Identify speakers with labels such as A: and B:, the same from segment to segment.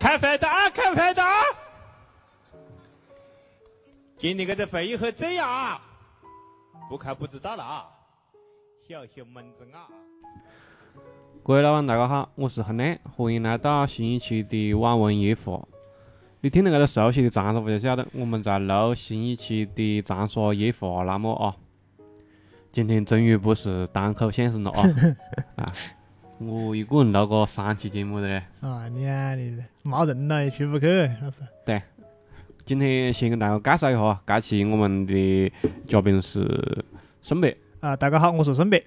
A: 开饭的啊，开饭的啊！今天个的饭以后这样啊，不看不知道了啊，小小蚊子啊。
B: 各位老板，大家好，我是恒亮，欢迎来到新一期的网文夜话。你听到这个熟悉的长沙话，就晓得啊我们在录新一期的长沙夜话栏目啊。今天终于不是单口相声了啊！啊，我一个人录个三期节目的嘞。
C: 啊，你啊，你没人了也出不去，那是
B: 今天先跟大家介绍一下啊，这期我们的嘉宾是沈北。
C: 啊。大家好，我是孙北。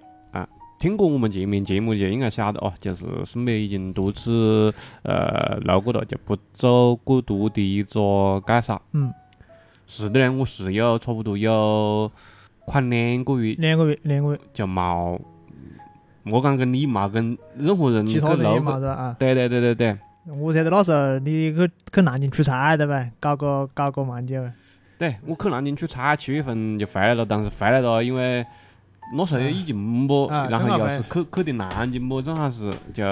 B: 听过我们前面节目就应该晓得哦，就是沈北已经独自呃录过了，就不做过多的一个介绍。
C: 嗯，
B: 是的呢，我是有差不多有快两个月
C: 两个月，两个月，
B: 就冇，我讲跟你冇跟任何人去
C: 其他人也
B: 录
C: 没
B: 过。
C: 得啊。
B: 对对对对对
C: 我晓得那时候你去去南京出差对吧？搞个搞个蛮久。嗯
B: 对，我去南京出差，七月份就回来了，但是回来了，因为那时候疫情么，
C: 啊
B: 然
C: 正
B: 后
C: 好
B: 又
C: 回
B: 是去去的南京么，正好是就，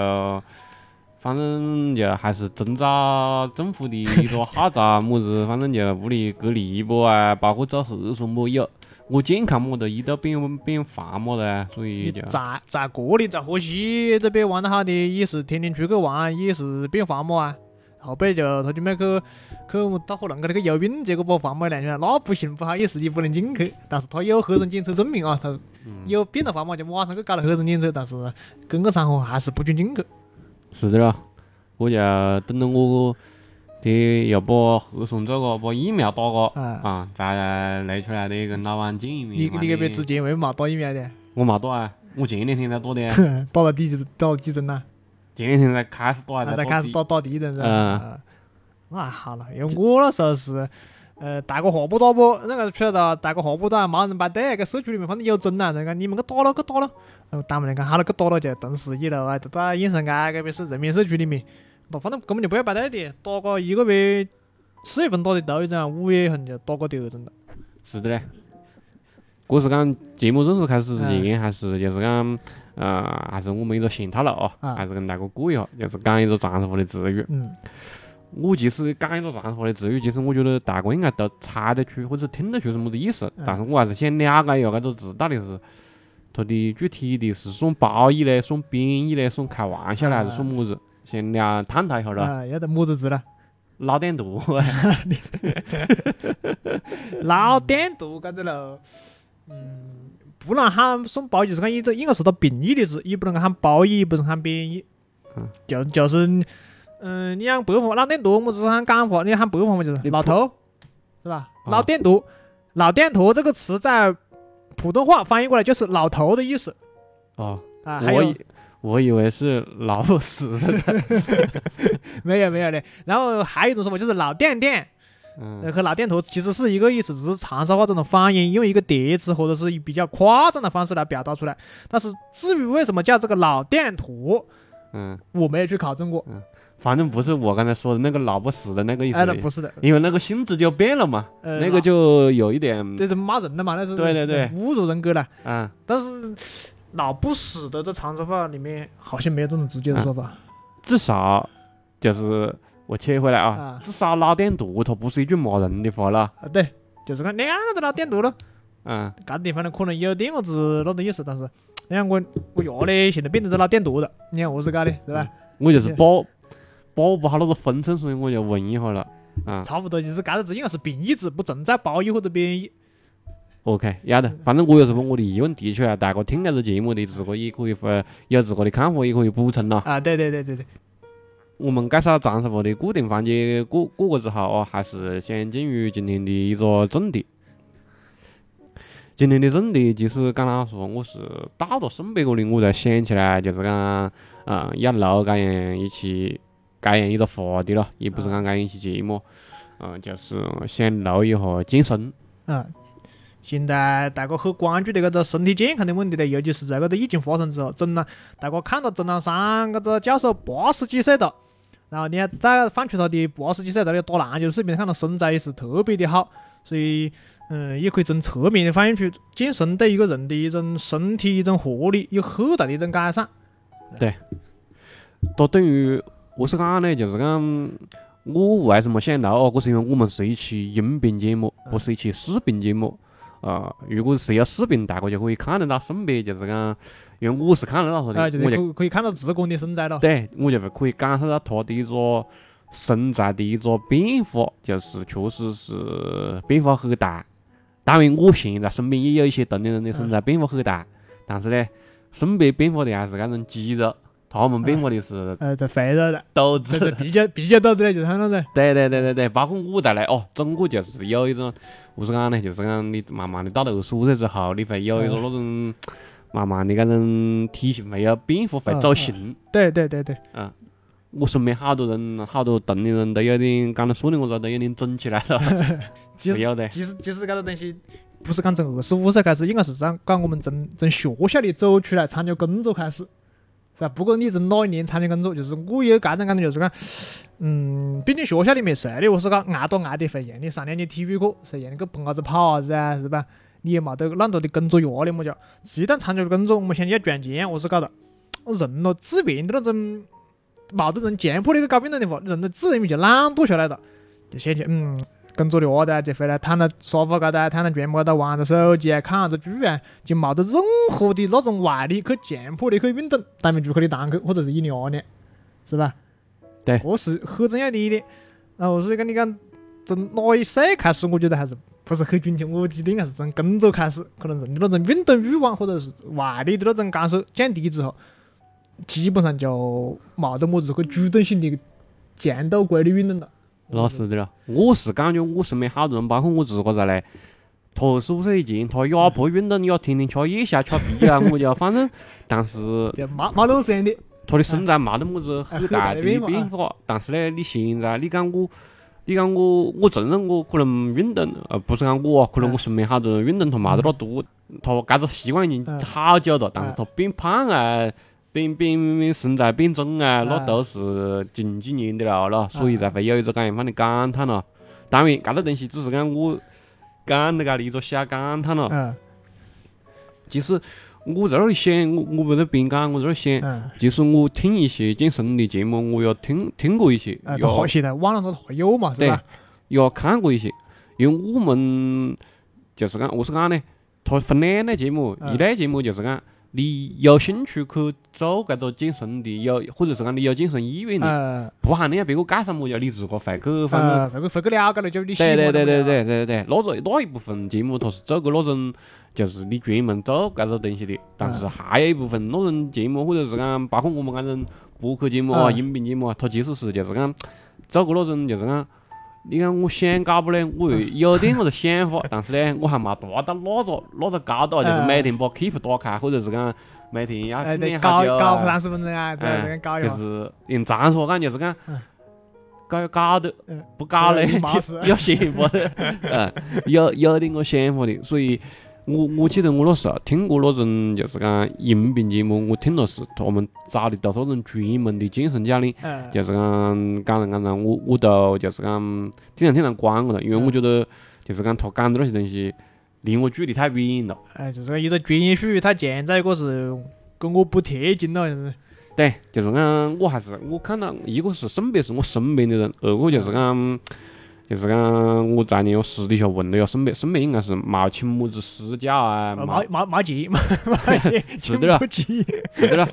B: 反正就还是遵照政府的一个号召么子，反正就屋里隔离不啊，包括做核酸么有，我健康么的一度变变烦么的，所以
C: 你
B: 就
C: 在在国里在河西这边玩得好的，也是天天出去玩，也是变黄毛啊。后背就他准备去去到火龙沟那个游泳，结果把黄毛亮出来，那不行，不好意思，你不能进去。但是他有核酸检测证明啊，他有变了黄毛就马上去搞了核酸检测，但是公共场合还是不准进去。
B: 是的咯，我就等到我的又把核酸做个，把疫苗打个。
C: 啊，
B: 啊，再拿出来的跟老板见一面。
C: 你
B: 完
C: 你那边
B: 的
C: 之前为嘛打疫苗的？
B: 我没打啊，我前两天才打的啊，
C: 打了第几打了几针啦？
B: 前两天才开始打，
C: 啊，
B: 才
C: 才开始
B: 打
C: 打打第一针是吧？
B: 嗯
C: 啊那还好了，因为我那时候是，呃，打个哈不打不，那个晓得啊打个哈不打，没人排队，个社区里面反正有针啦，人家你们去打了去打了，呃，当不人讲好了去打了就同时一楼啊，就在燕山街那边是人民社区里面，那反正根本就不要排队的，打个一个月，四月份打的头一针啊，五月份就打个第二针了。
B: 是的嘞。这是讲节目正式开始之前，还是就是讲，呃，还是我们一个闲套路啊，
C: 啊
B: 还是跟大家过一下，就是讲一个长沙话的词语。
C: 嗯，
B: 我其实讲一个长沙话的词语，其实我觉得大家应该都猜得出或者听得出是么子意思，
C: 嗯
B: 但是我还是想了解一下这个词到底是它的具体的是算褒义嘞，算贬义嘞，算开玩笑嘞，还是
C: 嗯
B: 算么子？先了探讨一下咯。
C: 啊，要得么子字了？
B: 老点 毒，
C: 老电图搿只喽，嗯，不能喊送褒义，就是讲一个应该是它贬义的字，也不能喊褒义，也不能喊贬义
B: 嗯，
C: 就就是，嗯，你讲白话，老电图么子是喊港话，你喊白话嘛就是
B: 你
C: 老头，是吧？
B: 啊
C: 老电图，老电图这个词在普通话翻译过来就是老头的意思
B: 哦，
C: 啊，还
B: 我
C: 有
B: 以我以为是老不死，
C: 没有没有嘞？然后还有一种说法就是老电电。呃，
B: 嗯，
C: 和老电头其实是一个意思，只是长沙话这种方言用一个叠词或者是以比较夸张的方式来表达出来。但是至于为什么叫这个老电图，
B: 嗯，
C: 我没有去考证过。
B: 反正不是我刚才说的那个老不死的那个意思
C: 哎，
B: 而
C: 那
B: 已，
C: 不是的，
B: 因为嗯那个性质就变了嘛，
C: 呃，
B: 那个就有一点，
C: 这是骂人的嘛，那是
B: 对对对
C: 侮辱人格了。
B: 啊，
C: 但是老不死的这长沙话里面好像没有这种直接的
B: 嗯
C: 说法。
B: 至少就是我切回来啊
C: 啊，
B: 至少老点毒它不是一句骂人的话了，
C: 啊，对，就是看两个老电图了。
B: 嗯，
C: 搿地方呢，可能有点个子那种意思，但是你看我我爷嘞，现在变成这老电图了，你看我是搞的，对吧？
B: 我就是把把不好那个分寸，所以我就问一下了，啊
C: 差不多就是搿个字应该是贬义词，不存在褒义或者贬义。
B: ，OK，要得，反正我有什么我的疑问提出来，大家听这个节目的自个也可以呃有自个的看法，也可以补充啦。
C: 啊，对对对对对，
B: 我们介绍长沙话的固定环节过过过之后啊，还是先进入今天的一个正题。今天的正题，其实讲老实话，我是到了沈北这里，我才想起来，就是讲，嗯，要录这样一期这样一个话题了，也不是讲这样一期节目，嗯，就是想录一下健身。
C: 啊，现在大家很关注的搿个身体健康的问题嘞，尤其是在搿个疫情发生之后，真的大家看到钟南山搿个教授八十几岁了，然后你看再放出他的八十几岁在那里打篮球的视频，看他身材也是特别的好，所以。嗯，也可以从侧面的反映出健身对一个人的一种身体、一种活力有很大的一种改善。
B: 它对于我是讲呢，就是讲我为什么想到哦，这是因为我们是一期音频节目，
C: 嗯
B: 不是一期视频节目。啊、如果是要视频，大家就可以看得到身边，就是讲，因为我是看得到他的，
C: 啊，就是
B: 我就
C: 可可以看到自个的身材了。
B: 对，我就会可以感受到他的一个身材的一个变化，就是确实是变化很大。当然，我现在身边也有一些同龄人的身材
C: 嗯
B: 变化很大，但是呢，身边变化的还是那种肌肉，他们变化的是
C: 呃，这肥肉的，
B: 肚
C: 这
B: 子。
C: 这啤酒啤酒肚子呢，就是那种
B: 对对对对对，包括我在内哦，整个就是有一种，我是讲呢，就是讲你慢慢的到了二十五岁之后，你会有一种那种慢慢的那种体型会有变化，会
C: 嗯
B: 走
C: 嗯
B: 形。
C: 对对对对，
B: 我身边好多人，好多同龄人都有点，刚才说的我咋都有点整起来了，
C: 其
B: 是
C: 实
B: 有的。
C: 其实其实搿个东西不是讲从二十五岁开始，应该是讲讲我们从从学校里走出来参加工作开始，是吧？不过你从哪一年参加工作，就是我有搿种感觉，就是讲，嗯，毕竟学校里面谁的，我是讲挨到挨的会让你上两节体育课，是让你去蹦下子跑下子啊，是吧？你也没得那么大的工作压力么家，一旦参加了工作，我们想要赚钱，我是搞的，人咯自然的那种，冇得人强迫你去搞运动的话，人的自然就懒惰下来了，就想起嗯。工作的话的，就回来躺到沙发高头，躺到床铺高头玩着手机啊，看下子剧啊，就冇得任何的那种外力去强迫你去运动，当面就可以堂去，或者是一年呢，是吧？
B: 对
C: 这是很重要的一点。然后所以讲，你讲从哪一岁开始，我觉得还是不是很准确，我记得应该是从工作开始，可能人的那种运动欲望或者是外力的那种感受降低之后，基本上就冇得么子个主动性的强度规律运动了。
B: 那是的了，我是感觉我身边好多人，包括我自个在内，他二十五岁以前，他也不运动，也天天吃夜宵、吃啤酒啊，我就反正，但是
C: 就冇冇路线的。
B: 他的身材没得么子哎很大的
C: 很大的变化
B: 变化。但是呢，你现在你讲我，你讲我，我承认我可能运动，呃，不是讲我啊，可能
C: 嗯
B: 我身边好多人运动他没得那多，他搿个习惯已经
C: 嗯
B: 好久了，但是
C: 嗯
B: 他变胖啊。变变变身材变重啊，那
C: 嗯
B: 都是近几年的了咯，所以才会有一个这样样的感叹咯。当然，搿个东西只是讲我讲的搿里一个小感叹咯。
C: 嗯
B: 其实我在那里想，我我不在边讲，我在那里想，
C: 嗯，
B: 其实我听一些健身的节目，我也听听过一些，
C: 呃，都好
B: 也
C: 些的，网上都还有嘛，是
B: 对
C: 吧？，
B: 也看过一些。因为我们就是讲，我是讲呢，它分两类节目，
C: 嗯
B: 一类节目就是讲你有兴趣去做搿个健身的，有或者是讲你有健身意愿的，
C: 呃
B: 不喊你要别个介绍么，要你自个会去，反正。
C: 呃，回去回去了解了，就是你喜
B: 对
C: 欢
B: 对对
C: 的
B: 对
C: 嘛
B: 对对对，那个那一部分节目它是做给那种，就是你专门做搿个东西的，但
C: 嗯
B: 是还有一部分那种节目，或者是讲包括我们搿种播客节目啊、
C: 嗯
B: 音频节目啊，它其实是就是讲做给那种就是讲，你看我想搞不呢，我
C: 嗯
B: 有点我的想法，但是呢，我还没达到那个那个高度啊，就是
C: 嗯
B: 每天把 keep 打开，或者是讲每天要
C: 哎，
B: 训
C: 对，
B: 练
C: 搞
B: 好久
C: 搞
B: 啊
C: 三，十分钟啊，这这
B: 哎
C: 样搞一
B: 就
C: 下。
B: 是用长话讲就是讲
C: 嗯。
B: 搞搞的
C: 嗯，
B: 不搞嘞，
C: 搞得麻死
B: 有想法的，嗯，有有点个想法的，所以我我记得我那时候听过那种就是讲音频节目，我听到是他们找的都是那种专门的健身教练，
C: 嗯
B: 就是讲讲着讲着，我我都就是讲经常听人管过了，因为我
C: 嗯
B: 觉得就是讲他讲的那些东西离我距离太远了。
C: 哎，就是有点专业术语太强，再一个是跟我不贴近了，
B: 哎
C: 就是
B: 对，就是讲我还是我看到一个是身边是我身边的人，二个就是
C: 嗯
B: 讲。就是讲，我在年我私底下问了一下身边，身边应该是冇请么子私教啊，
C: 呃
B: 冇
C: 毛毛毛 急，毛 毛急，
B: 是的啦
C: 不急。
B: 是的了，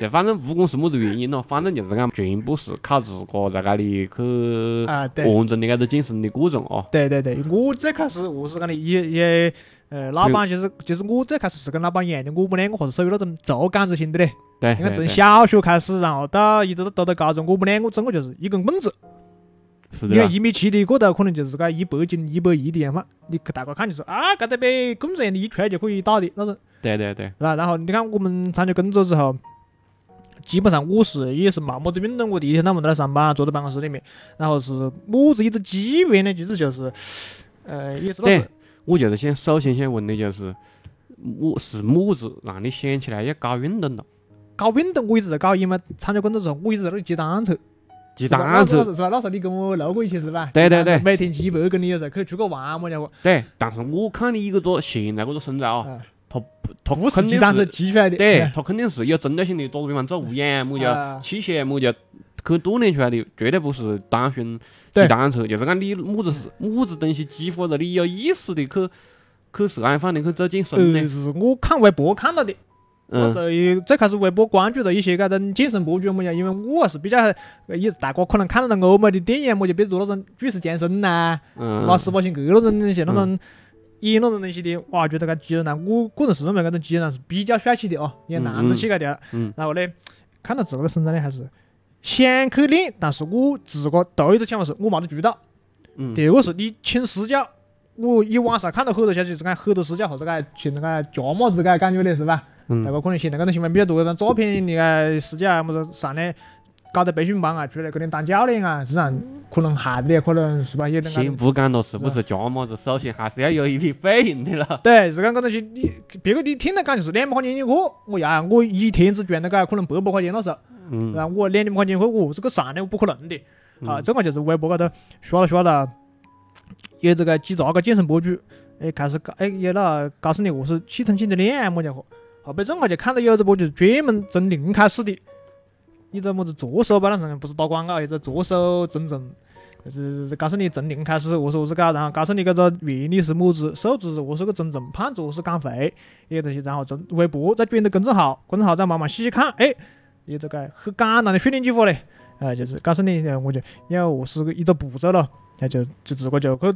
B: 就反正不管是么子原因咯，反正就是讲全部是靠自个在搿里去
C: 啊，对。
B: 完成的搿个健身的过程哦。
C: 对对对，我最开始我是讲的，也也呃，老
B: 所以
C: 板就是就是我最开始是跟老板一样的，我们两个还是属于那种轴杆子型的嘞。
B: 对，
C: 你
B: 对
C: 看从
B: 对
C: 小学开始，然后到一直到读到高中，我们两个整个就是一根棍子。
B: 是
C: 你
B: 的
C: 看
B: 啦，
C: 一米七的一个头，可能就是啊个一百斤、一百一的样嘛。你去大家看就说啊，搿得被棍子样的一锤就可以打的那种，
B: 对对对，
C: 是吧？然后你看我们参加工作之后，基本上我是也是没么子运动过的，一天到晚都在上班，坐在办公室里面。然后是么子一个机缘呢？其实就是，呃，也是那
B: 对
C: 是
B: 我就是想首先想问的就是，我是么子让你想起来要搞运动了？
C: 搞运动，我一直在搞，因为参加工作之后，我一直在那里骑单车。
B: 骑单
C: 是吧那时候
B: 车，
C: 是吧？那时候你跟我聊过一些是吧？
B: 对对对
C: 每天几百公里有时候去出去玩么家伙，
B: 对，但是我看你一个个现在这个身材哦，
C: 啊，
B: 他
C: 不是
B: 肯
C: 骑
B: 定
C: 单车
B: 是，
C: 骑出来的。
B: 对
C: 哎，
B: 他肯定是有针对性的，打比方做无氧啊，么叫
C: 啊
B: 器械啊，么叫去锻炼出来的，绝对不是单纯骑
C: 对嗯
B: 单车，就是讲你么子事么子东西激发了你有意识的去去是安放的去做健身
C: 呃，
B: 的，
C: 是我看微博看到的。我
B: 嗯
C: 是一最开始微博关注到一些搿种健身博主么呀，因为我是比较，呃也是大家可能看到了欧美的电影么，就比如说那种巨石强森呐，什么
B: 嗯，
C: 十八星球那种东西，那种演那种东西的，哇，觉得搿肌肉男，我个人是认为搿种肌肉男是比较帅气的哦，有男子气概的。啊
B: 嗯嗯
C: 然后呢，看到自个的身材呢，还是想去练，但是我自个头一个想法是我没得渠道。
B: 嗯
C: 第二个是你请私教，我一晚上看到很多消息，是讲很多私教或者讲请那个假么子个感觉的是吧？大
B: 嗯
C: 家可能现在搿种新闻比较多，像照片你个私教啊，么子上来搞得培训班啊，出来给你当教练啊，实际上可能害的，可能是吧？有点
B: 先不讲了，是不是夹么子，首先还是要有一笔费用的了。
C: 对，是讲搿东西，你别个你听到讲就是两百块钱一课，我呀，我一天只赚了个可能八百块钱那时候，
B: 嗯
C: 然后我两千块钱一课，我这个上的我不可能的。啊，
B: 嗯
C: 这个就是微博高头刷了刷了，有这个几十个健身博主，哎，开始搞，哎，有那告诉你我是系统性的练啊，么家伙。后边正好就看到有一只博主专门从零开始的，一个么子左手吧，那上不是打广告，一个左手增重，就是告诉你从零开始何是何是搞，然后告诉你搿个原理是么子，瘦子是何是个增重，胖子何是减肥，一些东西，然后从微博再转到公众号，公众号再慢慢细细看，哎，有这个很简单的训练计划嘞，啊，就是告诉你，呃我就因为我是个一个步骤了，那就就自个就去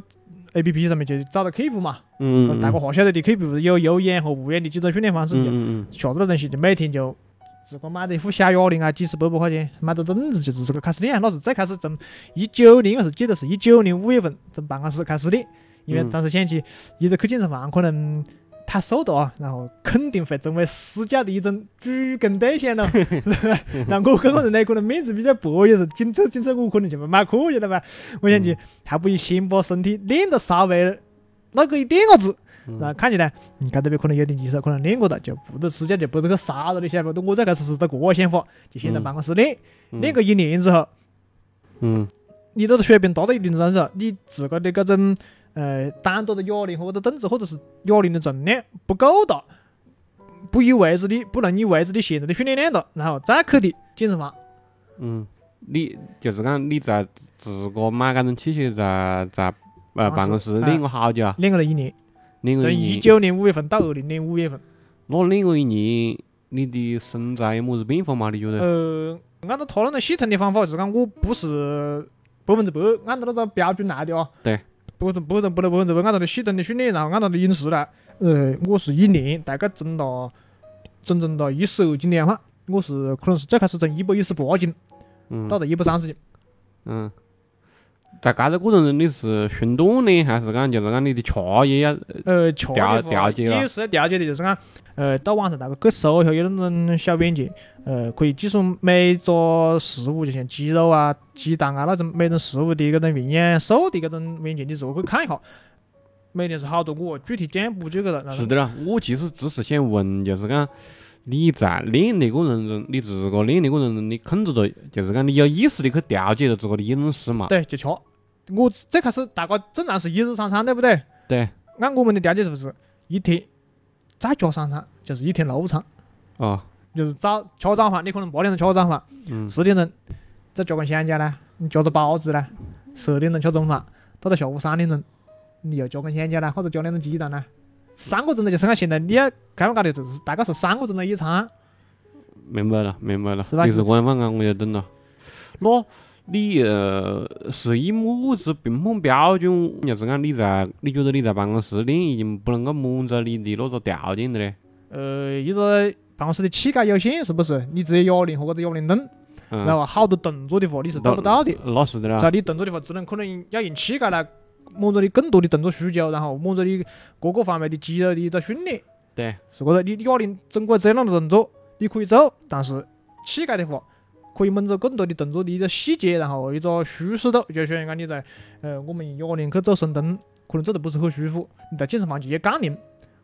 C: A P P 上面就找到 Keep 嘛，
B: 嗯
C: 大家伙晓得的 Keep 有有氧和无氧的几种训练方式，
B: 嗯嗯
C: 下到的东西就每天就自个买的一副小哑铃啊，几十八百块钱买个凳子就自个开始练，那是最开始从一九年我是记得是一九年五月份从办公室开始练，因为
B: 嗯
C: 当时想起一直去健身房可能。太瘦了啊，然后肯定会成为私教的一种主攻对象了。然后我个人呢，可能面子比较薄，也是紧凑紧凑，我可能就没买 课去了吧。我想起，还不如先把身体练得稍微那个一点个子，
B: 嗯
C: 然后看起来，你看这边可能有点意思，可能练过的就不得私教就不得去杀了，你晓得不？我最开始是这个想法，就先在办公室练，
B: 嗯
C: 练个一年之后，
B: 嗯
C: 你这个水平达到一定程度之后，你自个的搿种呃单独的哑铃或者凳子或者是哑铃的重量不够的，不以为是的，不能以为是你现在的训练量的，然后再去的健身房。
B: 嗯，你就是讲你在自个买搿种器械，在在呃办公室
C: 啊
B: 练个好久啊，
C: 练了一年，
B: 练
C: 从
B: 个
C: 一
B: 一年，
C: 九年五月份到二零年五月份，
B: 那练个一年，你的身材有么子变化吗？你觉得？
C: 呃，按照他那种系统的方法，就是讲我不是百分之百按照那个标准来的哦。
B: 对。
C: 不是不是不能百分之百按照的系统的训练，然后按照的饮食来。呃，我是一年大概增到整整到一十二斤两哈，我是可能是最开始从一百一十八斤
B: 嗯
C: 到到一百三十斤。
B: 嗯，在搿个过程中，你是训锻炼，还是讲就是讲你的吃也要？
C: 呃，吃的
B: 调
C: 话
B: 调节了
C: 也是要调节的，就是讲，呃，到晚上大家去搜一下，有那种小软件，呃，可以计算每个食物，就像鸡肉啊、鸡蛋啊那种每种食物的搿种营养素的搿种软件，你自个去看一下。每年是好多我具体讲不这个了，然
B: 是
C: 后
B: 的啦，我其实只是想问，就是讲你在练的过程中，你自个练的过程中，你控制着，就是讲你有意识的去调节着自个的饮食嘛？
C: 对，就吃。我最开始大家正常是一日三餐，对不对？
B: 对。
C: 按我们的调节是不是一天再加三餐，就是一天六餐，
B: 哦，
C: 就是早吃早饭，你可能八点钟吃个早饭。
B: 嗯
C: 十点钟再加根香蕉呢，你加个包子呢，
B: 嗯
C: 十二点钟吃中饭，到了下午三点钟，你又加根香蕉呢，或者加两个鸡蛋呢，三个钟头就是按现在你要搞不搞的，就是大概是三个钟头一餐，
B: 明白了，明白了
C: 是吧，
B: 你是官方啊，我也懂了。那你呃是以么子评判标准？就是讲你在，你觉得你在办公室练已经不能够满足你的那个条件的嘞？
C: 呃，一个办公室的气概有限，是不是？你只有哑铃和搿个哑铃凳，
B: 嗯，
C: 然后好多动作的话你是做不到的，
B: 那是的啦
C: 在。你动作的话，只能可能要用气概来满足你更多的动作需啊求，然后满足你各个方面的肌肉的一个训练。
B: 对，
C: 是个的，你哑铃整个这样的动作你可以做，但是膝盖的话，可以满足更多的动作的一个细节，然后一个舒适度。就像讲你在呃，我们用哑铃去做深蹲，可能做的不是很舒服，你在健身房直接杠铃，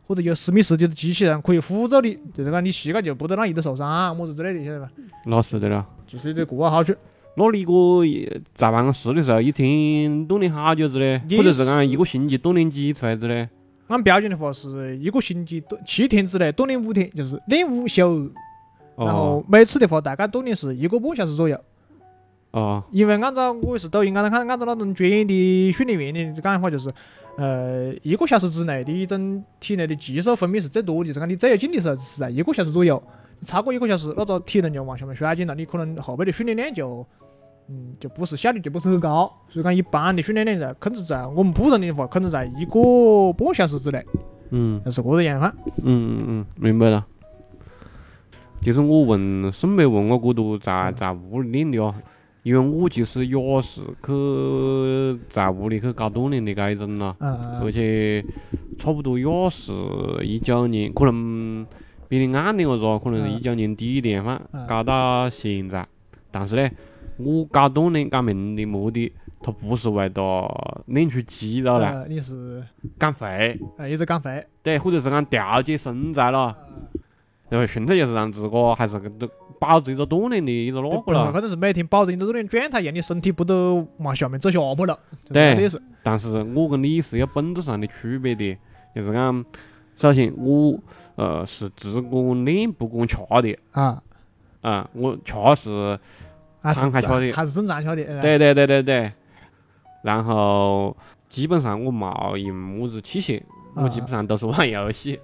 C: 或者有史密斯的机器人可以辅助你，就是讲你膝盖就不得让一直受伤啊，么子之类的，晓得吧？
B: 那是的啦。
C: 就是这个个好处。
B: 那你个也在办公室的时候，一天锻炼好久子嘞？
C: 也
B: 或者是讲一个星期锻炼几次子嘞？
C: 按标准的话是一个星期锻七天之内锻炼五天，就是练五休二，
B: 哦，
C: 然后每次的话大概锻炼是一个半小时左右。
B: 哦，
C: 因为按照我也是抖音，按照看按照那种专业的训练员的讲法，就是，呃，一个小时之内的一种体内的激素分泌是最多的，就是讲你最有劲的时候是在一个小时左右，超过一个小时，那个体能就往下面衰减了，你可能后背的训练量就，嗯，就不是效率就不是很高，所以讲一般的训练量在控制在我们普通的话控制在一个半小时之内，
B: 嗯
C: 是这个样范。
B: 嗯嗯嗯，明白了。其实我问顺便问我孤独在在屋里练的哦，因为我其实也是去在屋里去搞锻炼的那一种啦。
C: 嗯
B: 而且差不多也是一九年，可能比你暗点个子哦，可能是
C: 嗯
B: 一九年底一点嘛
C: 嗯，
B: 搞到现在。但是呢，我搞锻炼搞明的目的，它不是为了练出肌肉来、
C: 呃，你是
B: 减肥，
C: 呃一直减肥，
B: 对，或者是讲调节身材咯，
C: 呃
B: 然后纯粹就是让自个还是个都保持一个锻炼的一个那
C: 对
B: 个咯。
C: 反正是每天保持你的锻炼状态，让你身体不都往下面走下坡了，就是
B: 对
C: 这个意思。
B: 但是我跟你是有本质上的区别的，就是讲，首先我呃是只管练不管吃的。
C: 啊，
B: 啊、我确实，
C: 还是啊
B: 常开车的
C: 还是正常吃的。，
B: 对对对对对。然后基本上我冇用么子器械，
C: 啊
B: 我基本上都是玩游戏，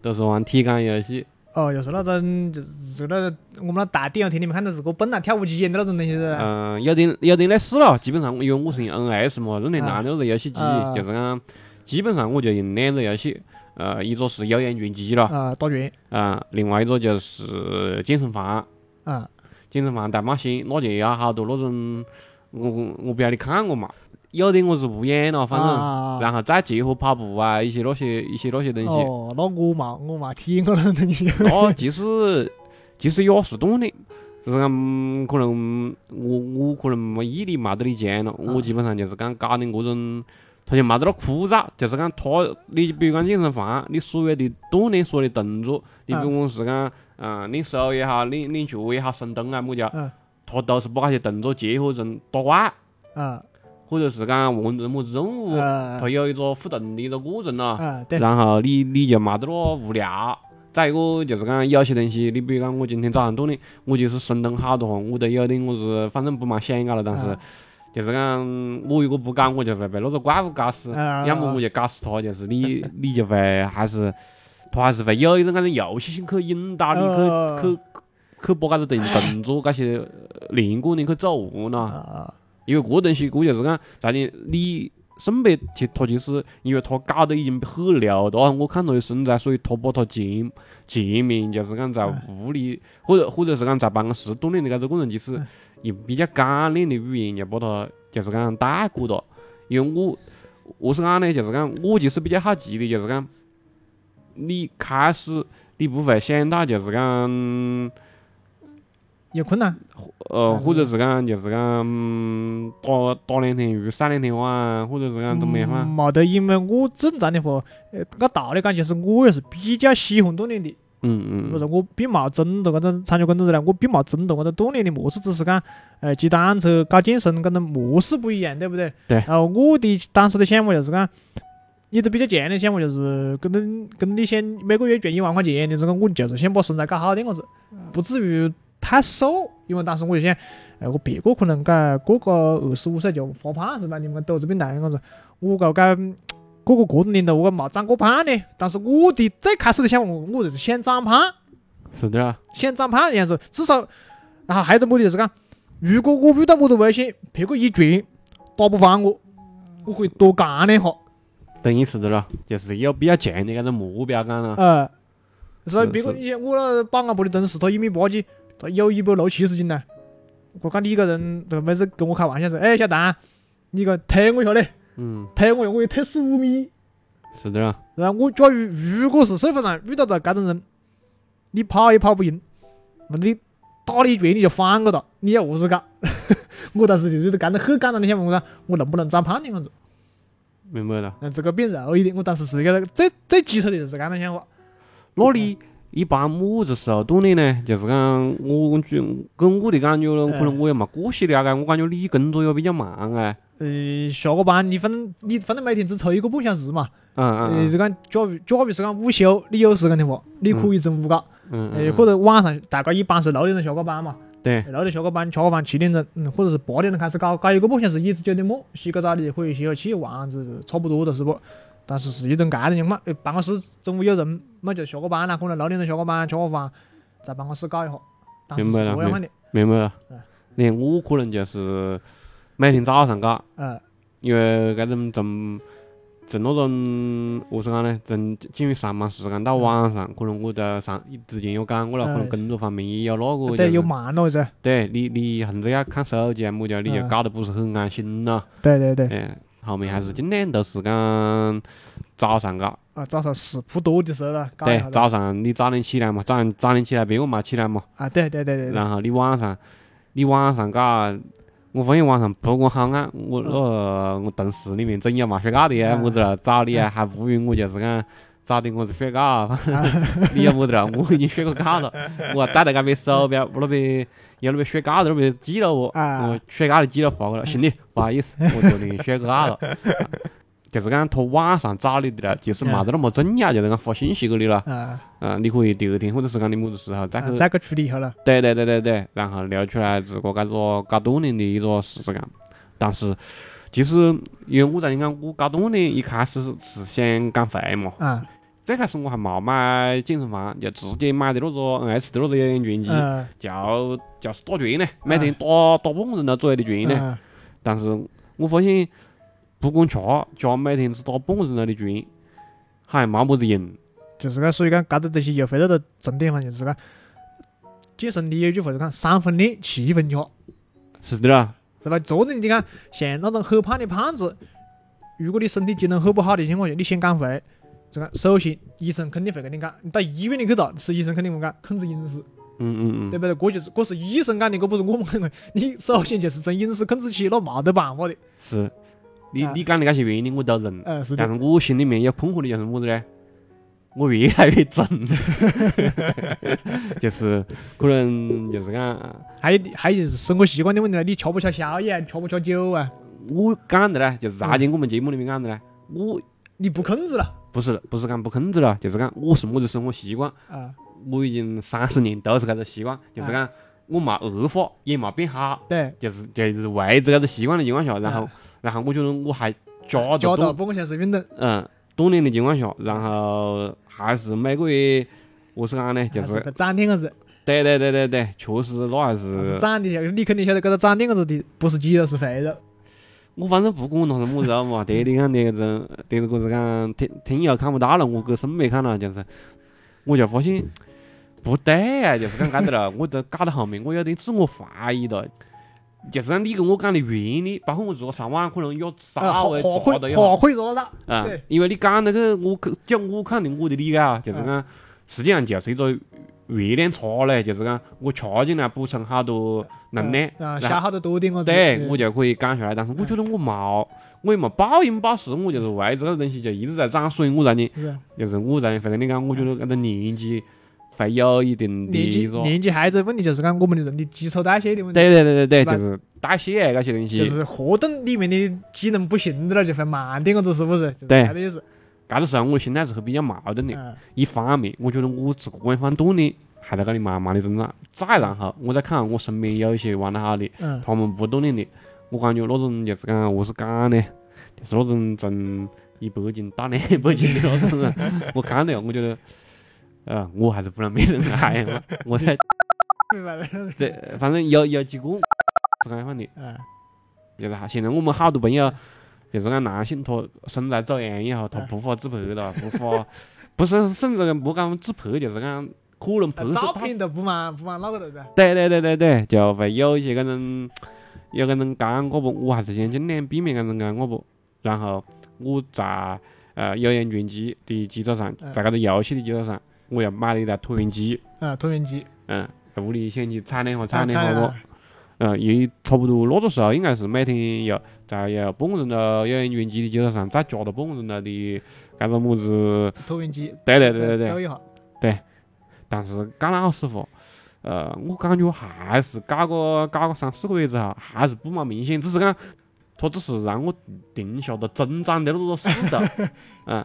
B: 都是玩体感游戏。
C: 哦，又是那种就是那种我们那大电影厅里面看到是个蹦啊跳舞机演的那种东西是吧。
B: 嗯、有点有点类似了。基本上因为我是用 NS 嘛，任天
C: 啊
B: 堂的那个游戏机，
C: 啊
B: 就是讲，基本上我就用两个游戏，呃，一个是有氧拳击了，啊、
C: 啊，打拳
B: 另外一个就是健身房。
C: 啊，
B: 健身房大冒险，那就有好多那种，我我我不晓得你看过嘛，有点我是无眼了，反正。
C: 啊
B: 然后再结合跑步啊，一些那些一哦些那些东西，
C: 哦，那我嘛我嘛听过那种东西。
B: 那其实其实也是锻炼，就是讲嗯可能我我可能没毅力没得你强
C: 啊
B: 了，我基本上就是讲搞点各种，他就没得那枯燥，就是讲他你比如讲健身房，你所有的锻炼所有的动作，你
C: 嗯
B: 不管是讲嗯练手也好，练练脚也好，深蹲啊么家
C: 嗯，
B: 他都是把那些动作结合成打怪，
C: 啊
B: 或者是讲完成么子任务，
C: 啊
B: 他有一个互动的一个过程咯。
C: 啊，对，
B: 然后你你就没得那无聊。再一个就是讲有些东西，你比如讲我今天早上锻炼，我就是深蹲好的话，我都有点我是反正不蛮想搞了，但是
C: 啊
B: 就是讲我如果不搞，我就会被那个怪物搞死，
C: 啊
B: 要么我就搞死他，就是你你就会还是他还是会有一种那种游戏性去引导
C: 啊
B: 你去去去把搿个动动作搿些呃连贯的去做完咯。
C: 啊
B: 因为这东西，我就是讲，在你你身边，其他其实因为他搞得已经很溜了，我看他的身材，所以他把他前前面就是讲在屋里，或者或者是讲在办公室锻炼的搿个过程，其实
C: 嗯
B: 用比较干练的语言就把他就是讲带过了。因为我我是讲呢，就是讲我其实比较好奇的，就是讲你开始你不会想到就是讲。
C: 有困难
B: 呃，
C: 嗯
B: 或者是讲就是讲嗯打打两天鱼，晒两天网，或者是讲怎么样啊嘛？
C: 嗯没得，因为我正常的话，呃，按道理讲，其实我也是比较喜欢锻炼的。
B: 嗯嗯
C: 不是，我并冇真的搿种参加搿种子呢，我并冇真的搿种锻炼的模式，只是讲，呃，骑单车、搞健身搿种模式不一样，对不对？
B: 对
C: 然后我的当时的想法就是讲，一直比较强的想法就是，跟你跟你想每个月赚一万块钱，你这个我就是想把身材搞好点样子，不至于太瘦，因为当时我就想，哎，我别个可能讲过个二十五岁就发胖是吧？你们讲抖子病态样子，我搞讲。过个过年头，我讲冇长过胖呢，但是我的最开始的想法，我就是想长胖，
B: 嗯，是的啦，
C: 先长胖样子，至少，然后还有一个目的就是讲，如果我遇到么子危险，别个一拳打不翻我，我可以多干两下，
B: 等于是的啦，就是有比较强的搿种目标感啦。
C: 呃，是吧？
B: 是
C: 别个
B: 是
C: 你我那保安部的同事，他一米八几，他有一百六七十斤呢。我讲你个人，他每次跟我开玩笑说，哎，小Dan，你个推我一下嘞，
B: 嗯，
C: 推我一下，我要推十五米。
B: 是的啊啦，
C: 然后我假如如果是社会上遇到了搿种人，你跑也跑不赢，那你打你一拳你就翻个哒，你要何是搞？ 我当时就是干得很简单的想法，我说我能不能长胖点样子，
B: 明白了。
C: 让这个变肉一点。我当时是一个最最基础的就是这样的想法。
B: 那你一般么子时候锻炼呢？就是讲我感觉跟我的感觉咯，
C: 哎
B: 可能我也没过细了解，我感觉你工作也比较忙哎。
C: 呃，下个班你反正你反正每天只抽一个半小时嘛，
B: 嗯
C: 呃，
B: 嗯
C: 是讲假如假如是讲午休，你有时间的话，你可以中午搞，
B: 嗯嗯
C: 呃，或者晚上大概一般是六点钟下个班嘛，
B: 对，
C: 六点下个班，吃个饭七点钟，嗯，或者是八点钟开始搞，搞一个半小时，也是九点半，洗个澡的可以歇下气，玩子差不多了，是不？但是是一种这样嘛，呃办公室中午有人，那就下个班了，可能六点钟下个班，吃个饭，在办公室搞一下，但是是
B: 明白了
C: 这样的，
B: 明白了
C: 嗯。
B: 你看我可能就是每天早上搞，
C: 呃，
B: 因为搿种从从那种何是讲呢？从进入上班时间到晚上，可能我在上之前有讲过了，可能
C: 哎
B: 工作方面也有那个，
C: 对，
B: 就是
C: 有忙了噻，
B: 对你你横着要看手机啊么家，你就
C: 嗯
B: 搞得不是很安心咯。
C: 对对对，
B: 哎，后面还是尽量都是讲早上搞，
C: 啊，早上食谱多的时候了，搞一
B: 对
C: 下，了，
B: 早上你早点起来嘛，早上早点起来别个嘛起来嘛，
C: 啊，对对对对对，
B: 然后你晚上你晚上搞。我发现晚上不管好暗，我
C: 嗯
B: 呃我同事里面总有没睡觉的呀，
C: 嗯
B: 么子了早的啊，还不如我就是讲早点我是睡觉， 反正你有么子了，我已经睡过觉了，我还带了那边手表，我那边有那边睡觉的那边记了我，
C: 啊嗯
B: 我睡觉的记了发过来，兄弟，不好意思，我昨天睡过 觉了。就是讲他晚上找你的了，其
C: 嗯
B: 实没得那么重要，就是讲发信息给你了，
C: 啊，
B: 嗯，你可以第二天或者是讲你么子时候再
C: 啊
B: 去
C: 再去处理一下了，
B: 对对对对对，然后留出来自个搿个搞锻炼的一个时间。但是其实因为我在你讲我搞锻炼一开始是是想减肥嘛，
C: 啊，
B: 最开始我还没买健身房，就直接买的那个 NS 的那个氧拳机，
C: 嗯，
B: 就就是打拳呢，每天打打半个钟头左右的拳呢。
C: 嗯
B: 但是我发现不管吃吃每天只打半个钟头的拳，好像没么子用。
C: 就是讲，所以讲，搿个东西又回到到重点上，就是讲，健身里有句话就讲，三分练，七分吃，
B: 是的啦，
C: 是吧？昨天你看，像那种很胖的胖子，如果你身体机能很不好的情况下，你想减肥，这个首先医生肯定会跟你讲，你到医院里去哒，是医生肯定会讲控制饮食，
B: 嗯嗯
C: 对
B: 嗯，
C: 不对？这就是这是医生讲的，这不是我们讲的。你首先就是从饮食控制起，那没得办法的。
B: 是。你
C: 啊
B: 你讲的那些原因我都认，
C: 呃，是
B: 但
C: 的，
B: 是我心里面有困惑的就是么子呢？我越来越重， 就是可能就是讲，
C: 还有还有就是生活习惯的问题了，你吃不吃宵夜，吃不吃酒啊？
B: 我讲的呢，就是昨天我们节目里面讲的呢，我
C: 你不控制了
B: 不是不是讲不控制了，就是讲我是么子生活习惯，
C: 啊、
B: 我已经三十年都是搿个习惯，就是讲我没恶化，也没变好，
C: 对，
B: 就是就是维持搿个习惯的情况下，然后
C: 啊
B: 然后我觉得我还加
C: 加
B: 着
C: 到
B: 多
C: 半个小时运动。
B: 嗯锻炼的情况下，然后还是每个月。我是讲呢，就
C: 还
B: 是
C: 个涨点样子，
B: 对对对对对，确实那还
C: 但
B: 是
C: 是长的，你肯定晓得，搿个长点样子的不是肌肉是肥肉，
B: 我反正不管他是么子啊肉 嘛，天天看那个，天天可是讲天天又看不到了，我搁身边看了，就是我就发现不对啊，就是讲搿个 了，我都搞到后面，我有点自我怀疑了。就是讲你跟我讲的原理，包括我昨上晚可能也
C: 啊，
B: 稍
C: 好
B: 微
C: 好
B: 抓得
C: 会
B: 一下
C: 好会做得到，
B: 啊
C: 对，
B: 因为你讲那个，我看就我看的我的理解啊，就是讲实际上就是一个热量差嘞，就是讲我吃进来补充好多能量，
C: 啊，
B: 然
C: 消耗的多点样子，嗯
B: 对，我
C: 就
B: 就可以减下来。但是我觉得我冇，我也没暴饮暴食，我就是为这个东西就一直在涨，所以我让你
C: 是
B: 就是我让你会跟你讲，我觉得搿个年纪会有一定的
C: 年纪
B: 一个，
C: 年纪还有一个问题就是讲我们的人的基础代谢的问题，
B: 对对对对对，
C: 吧
B: 就是代谢搿些东
C: 就
B: 西。
C: 是活动里面的机能不行的了，就会慢点样子，是不是？就是
B: 对
C: 这个意思，
B: 搿个时候我心态是比较矛盾的，
C: 嗯
B: 一方面我觉得我自个一方锻炼还在搿里慢慢的增长，再然后我再看我身边有一些玩得好的，
C: 嗯，
B: 他们不锻炼的，我感觉那种就是讲何是讲呢，就是那种从一百斤到两百斤的 那种人，我看了我觉得，呃，我还是不能没人爱嘛，我在
C: 明白了，
B: 对，反正有有几个是这样的，
C: 嗯
B: 就是现在我们好多朋友，就是讲男性他身材走样以后，他
C: 嗯
B: 不发自拍了，不发，不是甚至不讲自拍，就是讲可能拍
C: 啊，
B: 摄到
C: 照片都不往不往那个的，
B: 对对对对对，就会有一些搿种有搿种尴尬不，我还是想尽量避免搿种尴尬不。然后我在呃有氧拳击的基础上，
C: 嗯
B: 在搿个游戏的基础上，我又买了一台椭圆机，
C: 啊，椭圆机，
B: 嗯，在屋里想去踩两下
C: 啊
B: 踩两
C: 菜
B: 下
C: 啊
B: 咯，嗯，也差不多那个时候应该是每天有在有半个钟头有氧拳击的基础上，再加了半个钟头的搿个么子，
C: 椭圆机，
B: 对对对对啊对
C: 走，一下，
B: 但是讲老实话，呃，我感觉还是搞个搞个三四个月之后，还是不蛮明显，只是讲它只是让我停下的增长的那个势头，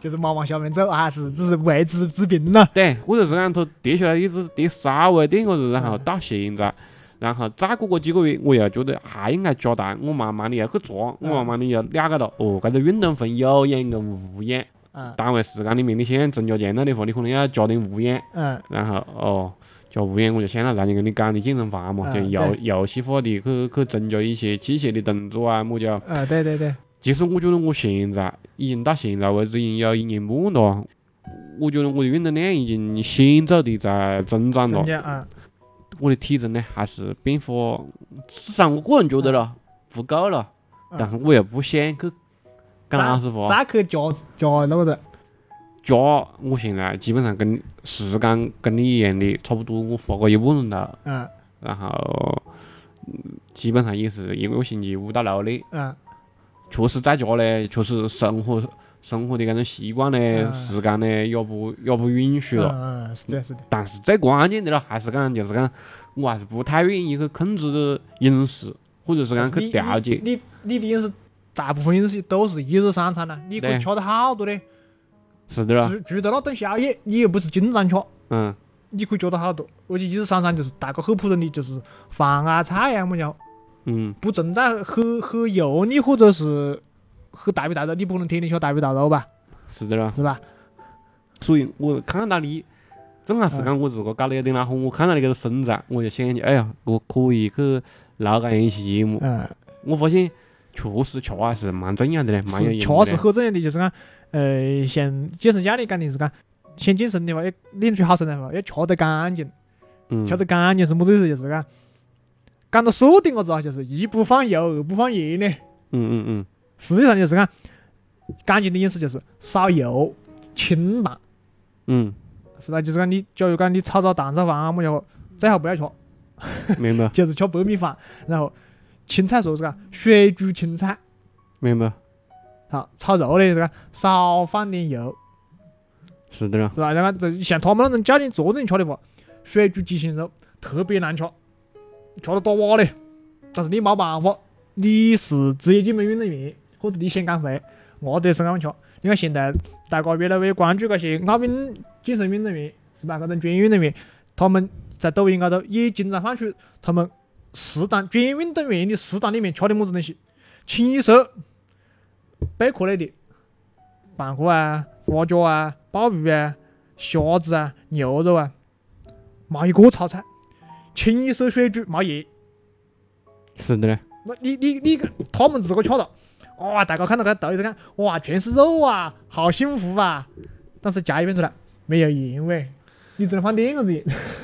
C: 就是没往下面走，还是只是为之持平了，
B: 对，或者是讲它跌下来一直跌稍微点个子，然后
C: 嗯
B: 到现在，然后再过个几个月，我又觉得还应该加大，我慢慢的要去做，我
C: 嗯
B: 慢慢的要了解到，哦，搿个运动分有氧跟无氧。
C: 嗯
B: 单位时间里面你想增加强度的话，你可能要加点无氧，
C: 嗯
B: 然后哦，加无氧我就想到之前跟你讲的健身房啊嘛，就
C: 嗯
B: 游游戏化的去去增加一些器械的动作啊，么叫。
C: 呃，对对对，
B: 其实我觉得我现在已经到现在为止已经有一年半了，我觉得我的运动量已经显著的在增长了
C: 增，加啊，
B: 我的体重呢还是变化，至少我个人觉得
C: 啊
B: 了不够了，
C: 嗯
B: 但是我又不想去跟老师傅
C: 再去加加那个子，
B: 加，我现在基本上跟时间跟你一样的，差不多我花个一万人头，
C: 嗯
B: 然后嗯基本上也是一个星期五到六的。
C: 嗯
B: 确实在家呢，确实生活生活的搿种习惯呢，
C: 嗯
B: 时间呢也不也不允许
C: 嗯
B: 了。
C: 嗯，是的，是的，
B: 但是最关键的了，还是讲就是讲，我还是不太愿意去控制饮食，或者是讲去调节。
C: 你你的饮食，大部分饮食都是一日三餐呐，你可以
B: 对
C: 吃得好多的，
B: 是的了，
C: 除除了那顿宵夜，你也不是经常吃。
B: 嗯，
C: 你可以觉得好多，而且一日三餐就是大家很普通的，就是饭啊、菜啊么样，
B: 嗯，
C: 不存在很很油腻或者是很大鱼大肉，你不可能天天吃大鱼大肉吧，
B: 是的了。
C: 是吧？
B: 所以我看到你，正好是讲我自个搞了一点那后，我看到你搿个身材，我就想起，哎呀，我可以去劳改营羡慕。
C: 嗯，
B: 我发现确实吃还是蛮重要的嘞，蛮有
C: 是
B: 用
C: 确
B: 的
C: 实
B: 嘞。
C: 很重要的，就是讲，呃，像健身教练讲的是讲，想健身的话，要练出好身材的话，要吃得干净，
B: 嗯
C: 吃，得干净是么子意思？就是讲，讲到说点个子啊，就是一不放油，二不放盐呢。
B: 嗯嗯嗯，
C: 实际上就是讲，干净的饮食就是少油、清淡。
B: 嗯，
C: 是吧？就是讲你，假如讲你炒炒蛋炒饭啊么家伙，最好不要吃，
B: 明白
C: 就是吃白米饭，然后青菜说是讲水煮青菜，
B: 明白。
C: 好炒肉嘞是讲少放点油，
B: 是的了，
C: 是吧？然后就像他们那种教练昨天吃的话，水煮鸡心肉特别难吃，吃得打瓦嘞，但是你没办法，你是职业健美运动员，或者你想减肥，我得是俺们吃。你看现在大家越来越关注这些奥运健身运动员，是吧？搿种专业运动员，他们在抖音高头也经常放出他们食堂专业运动员的食堂里面吃的么子东西，清一色贝壳类的，板壳啊、花甲啊、鲍鱼啊、虾子啊、牛肉啊，没一个炒菜，清一色水煮，没盐。
B: 是的嘞，
C: 那你你你个，他们自个吃了，哇！大家看到个抖音在看，哇，全是肉啊，好幸福啊！但是夹一边出来没有盐味，你只能放点个子盐。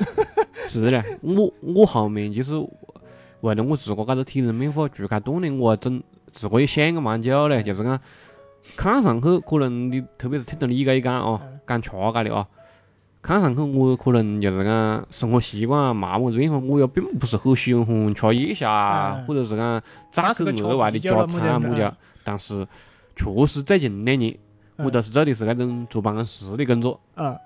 B: 是的嘞。我我后面就是为了我自个搿个体能变化逐渐锻炼，我还整自个也想个蛮久嘞，就是讲看上去可能你特别是听到你搿一讲哦
C: 嗯，
B: 讲吃搿里哦，看上去我可能就是讲生活习惯没么子变化，我又并不是很喜欢吃夜宵啊，
C: 嗯
B: 或者是讲再
C: 但
B: 去
C: 是去吃
B: 额外的
C: 啤
B: 加
C: 酒了
B: 餐
C: 没
B: 啊
C: 得
B: 么
C: 嗯
B: 家，但是确实最近两年 我
C: 嗯
B: 都是做的是那种坐办公室的工作。
C: 啊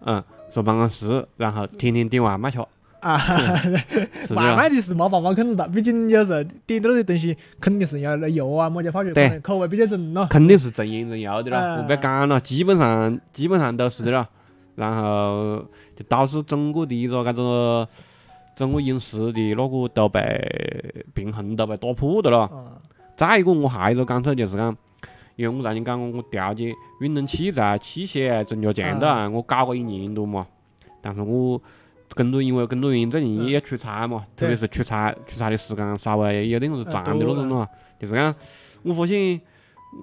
B: 嗯，坐办公室，然后天天点外卖吃，
C: 啊！
B: 是
C: 外卖
B: 的。
C: 的是没办法控制的，毕竟有时候点到那些东西肯定是要那油啊，么家化学
B: 对
C: 品，口味比较重咯。
B: 肯定是重盐重油的啦，
C: 嗯
B: 我不要讲了，基本上基本上都是的啦。然后就导致整个的一个搿个整个饮食的那个都被平衡都被打破的了。
C: 啊
B: 再一个，我还有一个感受就是讲，因为我之前讲过，我调节运动器材、器械啊增加强度啊，我搞过一年多嘛。但是我工作因为工作原因，最近也要出差嘛，特别
C: 对
B: 是出差出差的时间稍微有点子
C: 呃
B: 长的那
C: 多
B: 种咯。就是讲，我发现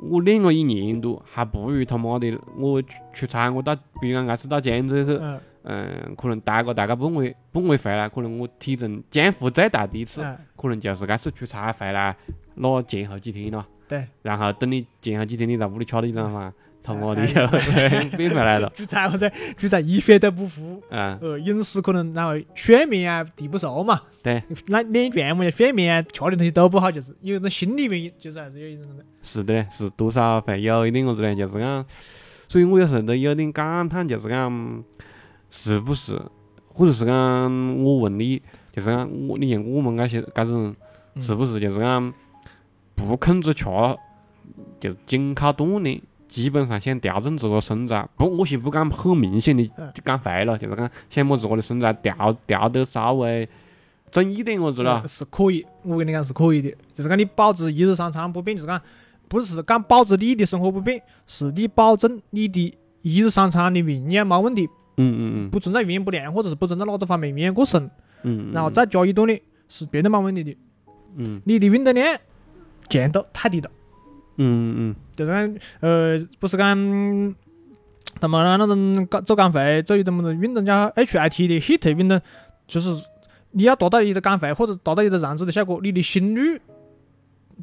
B: 我练了一年多，还不如他妈的我出出差，我到比如讲这次到江浙去，
C: 嗯
B: 嗯，可能待个大概半个月，半个月回来，可能我体重降幅最大的一次。
C: 嗯
B: 可能就是搿次出差回来那前后几天咯。
C: 对。
B: 然后等你前后几天你在屋里吃了一顿饭，他妈的
C: 哎
B: 又变回来了。
C: 煮菜或者煮菜一点都不服，
B: 嗯，
C: 呃，饮食可能然后睡眠啊抵不熟嘛，
B: 对，
C: 那脸圆嘛，睡眠啊吃的东西都不好，就是有一种心理原因，就是还是有一种的，
B: 是的嘞，是多少会有一点样子嘞，就是讲，所以我有时候都有点感叹，就是讲，是不是，或者是讲，我问你，就是讲，我你像我们搿些搿种，
C: 嗯
B: 是不是就是讲，不控制吃，就仅靠锻炼。基本上想调整自个身材，不，我先不讲很明显的
C: 嗯
B: 减肥了，就是讲想把自个的身材调调得稍微整一点我子了
C: 呃，是可以，我跟你讲是可以的，就是讲你保持一日三餐不变，就是讲不是讲保持你的生活不变，是你保证你的一日三餐的营养没问题，
B: 嗯嗯嗯
C: 不存在营养不良或者是不存在哪个方面营养过剩，
B: 嗯，嗯
C: 然后再加一顿呢是绝对没问题的。
B: 嗯
C: 你的运动量强度太低了，
B: 嗯嗯
C: 就是讲呃不是讲他们那种干做减肥做一种么运动叫 HIT 的 HIT 运动，就是你要达到一个减肥或者达到一个燃脂的效果，你的心率。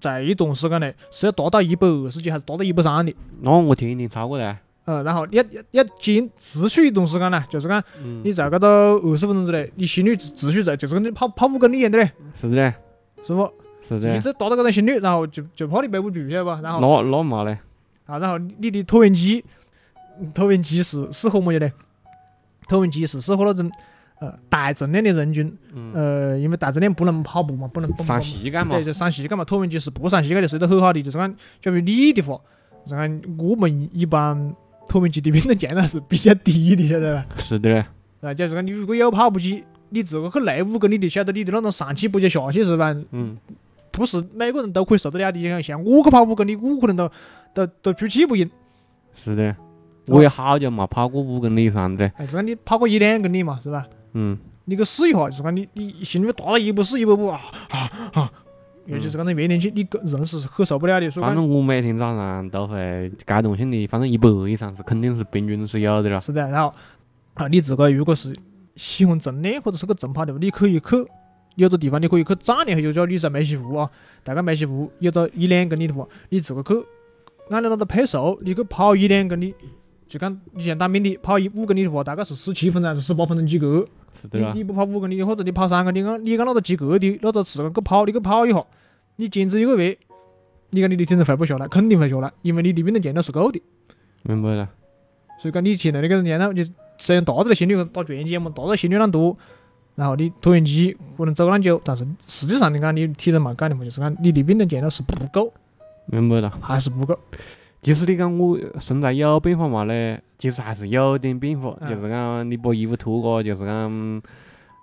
C: 在一段时间内是要达到一百二十几还是达到一百三的？
B: 嗯，那我天天超过来，
C: 呃，然后要要要坚持续一段时间呢，就是讲
B: 嗯
C: 你，在搿个二十分钟之内，你心率持续在，就是跟你跑跑五公里一样的嘞，
B: 是的，
C: 是不？
B: 是
C: 你
B: 的，
C: 这达到搿种心率，然后就就怕你背不住，晓得不？然
B: 那
C: 后
B: 那嘛嘞，
C: 啊，然后你的椭圆机，椭圆机是适合么子嘞？椭圆机是适合那种呃大重量的人群，
B: 嗯，
C: 呃，因为大重量不能跑步嘛，不能动嘛
B: 上膝盖嘛
C: 对，，就上膝盖嘛。椭圆机是不上膝盖的，是一个很好的，就是讲，假如你的话，就是讲我们一般椭圆机的运动强度是比较低的，晓得吧？
B: 是的嘞，
C: 啊，假如讲你如果有跑步机，你自个去累五公里，你晓得你的那种上气不接下气是吧？
B: 嗯
C: 不是每个人都可以受得了的。像像我去跑五公里，我可能都都都出气不赢。
B: 是的，我也好久没跑过五公里以上的嘞，
C: 哎，只讲你跑个一两公里嘛，是吧？
B: 嗯
C: 你去试一下，就是讲你你心率达到一百四、一百五啊啊啊！尤其是讲那越年轻，你个人是很受不了的。所以
B: 反
C: 讲
B: 正我每天早上都会阶段性的，反正一百二以上是肯定是平均是有的了。
C: 是的，然后啊，你自个如果是喜欢晨练或者是个晨跑的话，你可以去有个地方你可以去站练一下，就叫你在梅溪湖啊，大概梅溪湖有个一两公里的话，你自个去按照那个配速，你去跑一两公里。就讲以前当兵的跑一五公里的话，大概是十七分钟还是十八分钟及格。
B: 是的
C: 你
B: 啦，
C: 你不跑五公里，或者你跑三公里，你按你按那个及格的那个时间去跑，你去跑一下，你坚持一个月，你讲你的体重会不会下来？肯定会下来，因为你的运动强度是够的。
B: 明白了。
C: 所以讲你现在那个年头，你虽然达到了心率打拳击嘛，达到心率量多，然后你椭圆机可能走那么久，但是实际上你讲你体能蛮高的嘛，就是讲你的运动强度是不够，
B: 明白了，
C: 还是不够。
B: 其实你讲我身材有变化嘛嘞，其实还是有点变化，
C: 嗯
B: 就是讲你把衣服脱个，就是讲，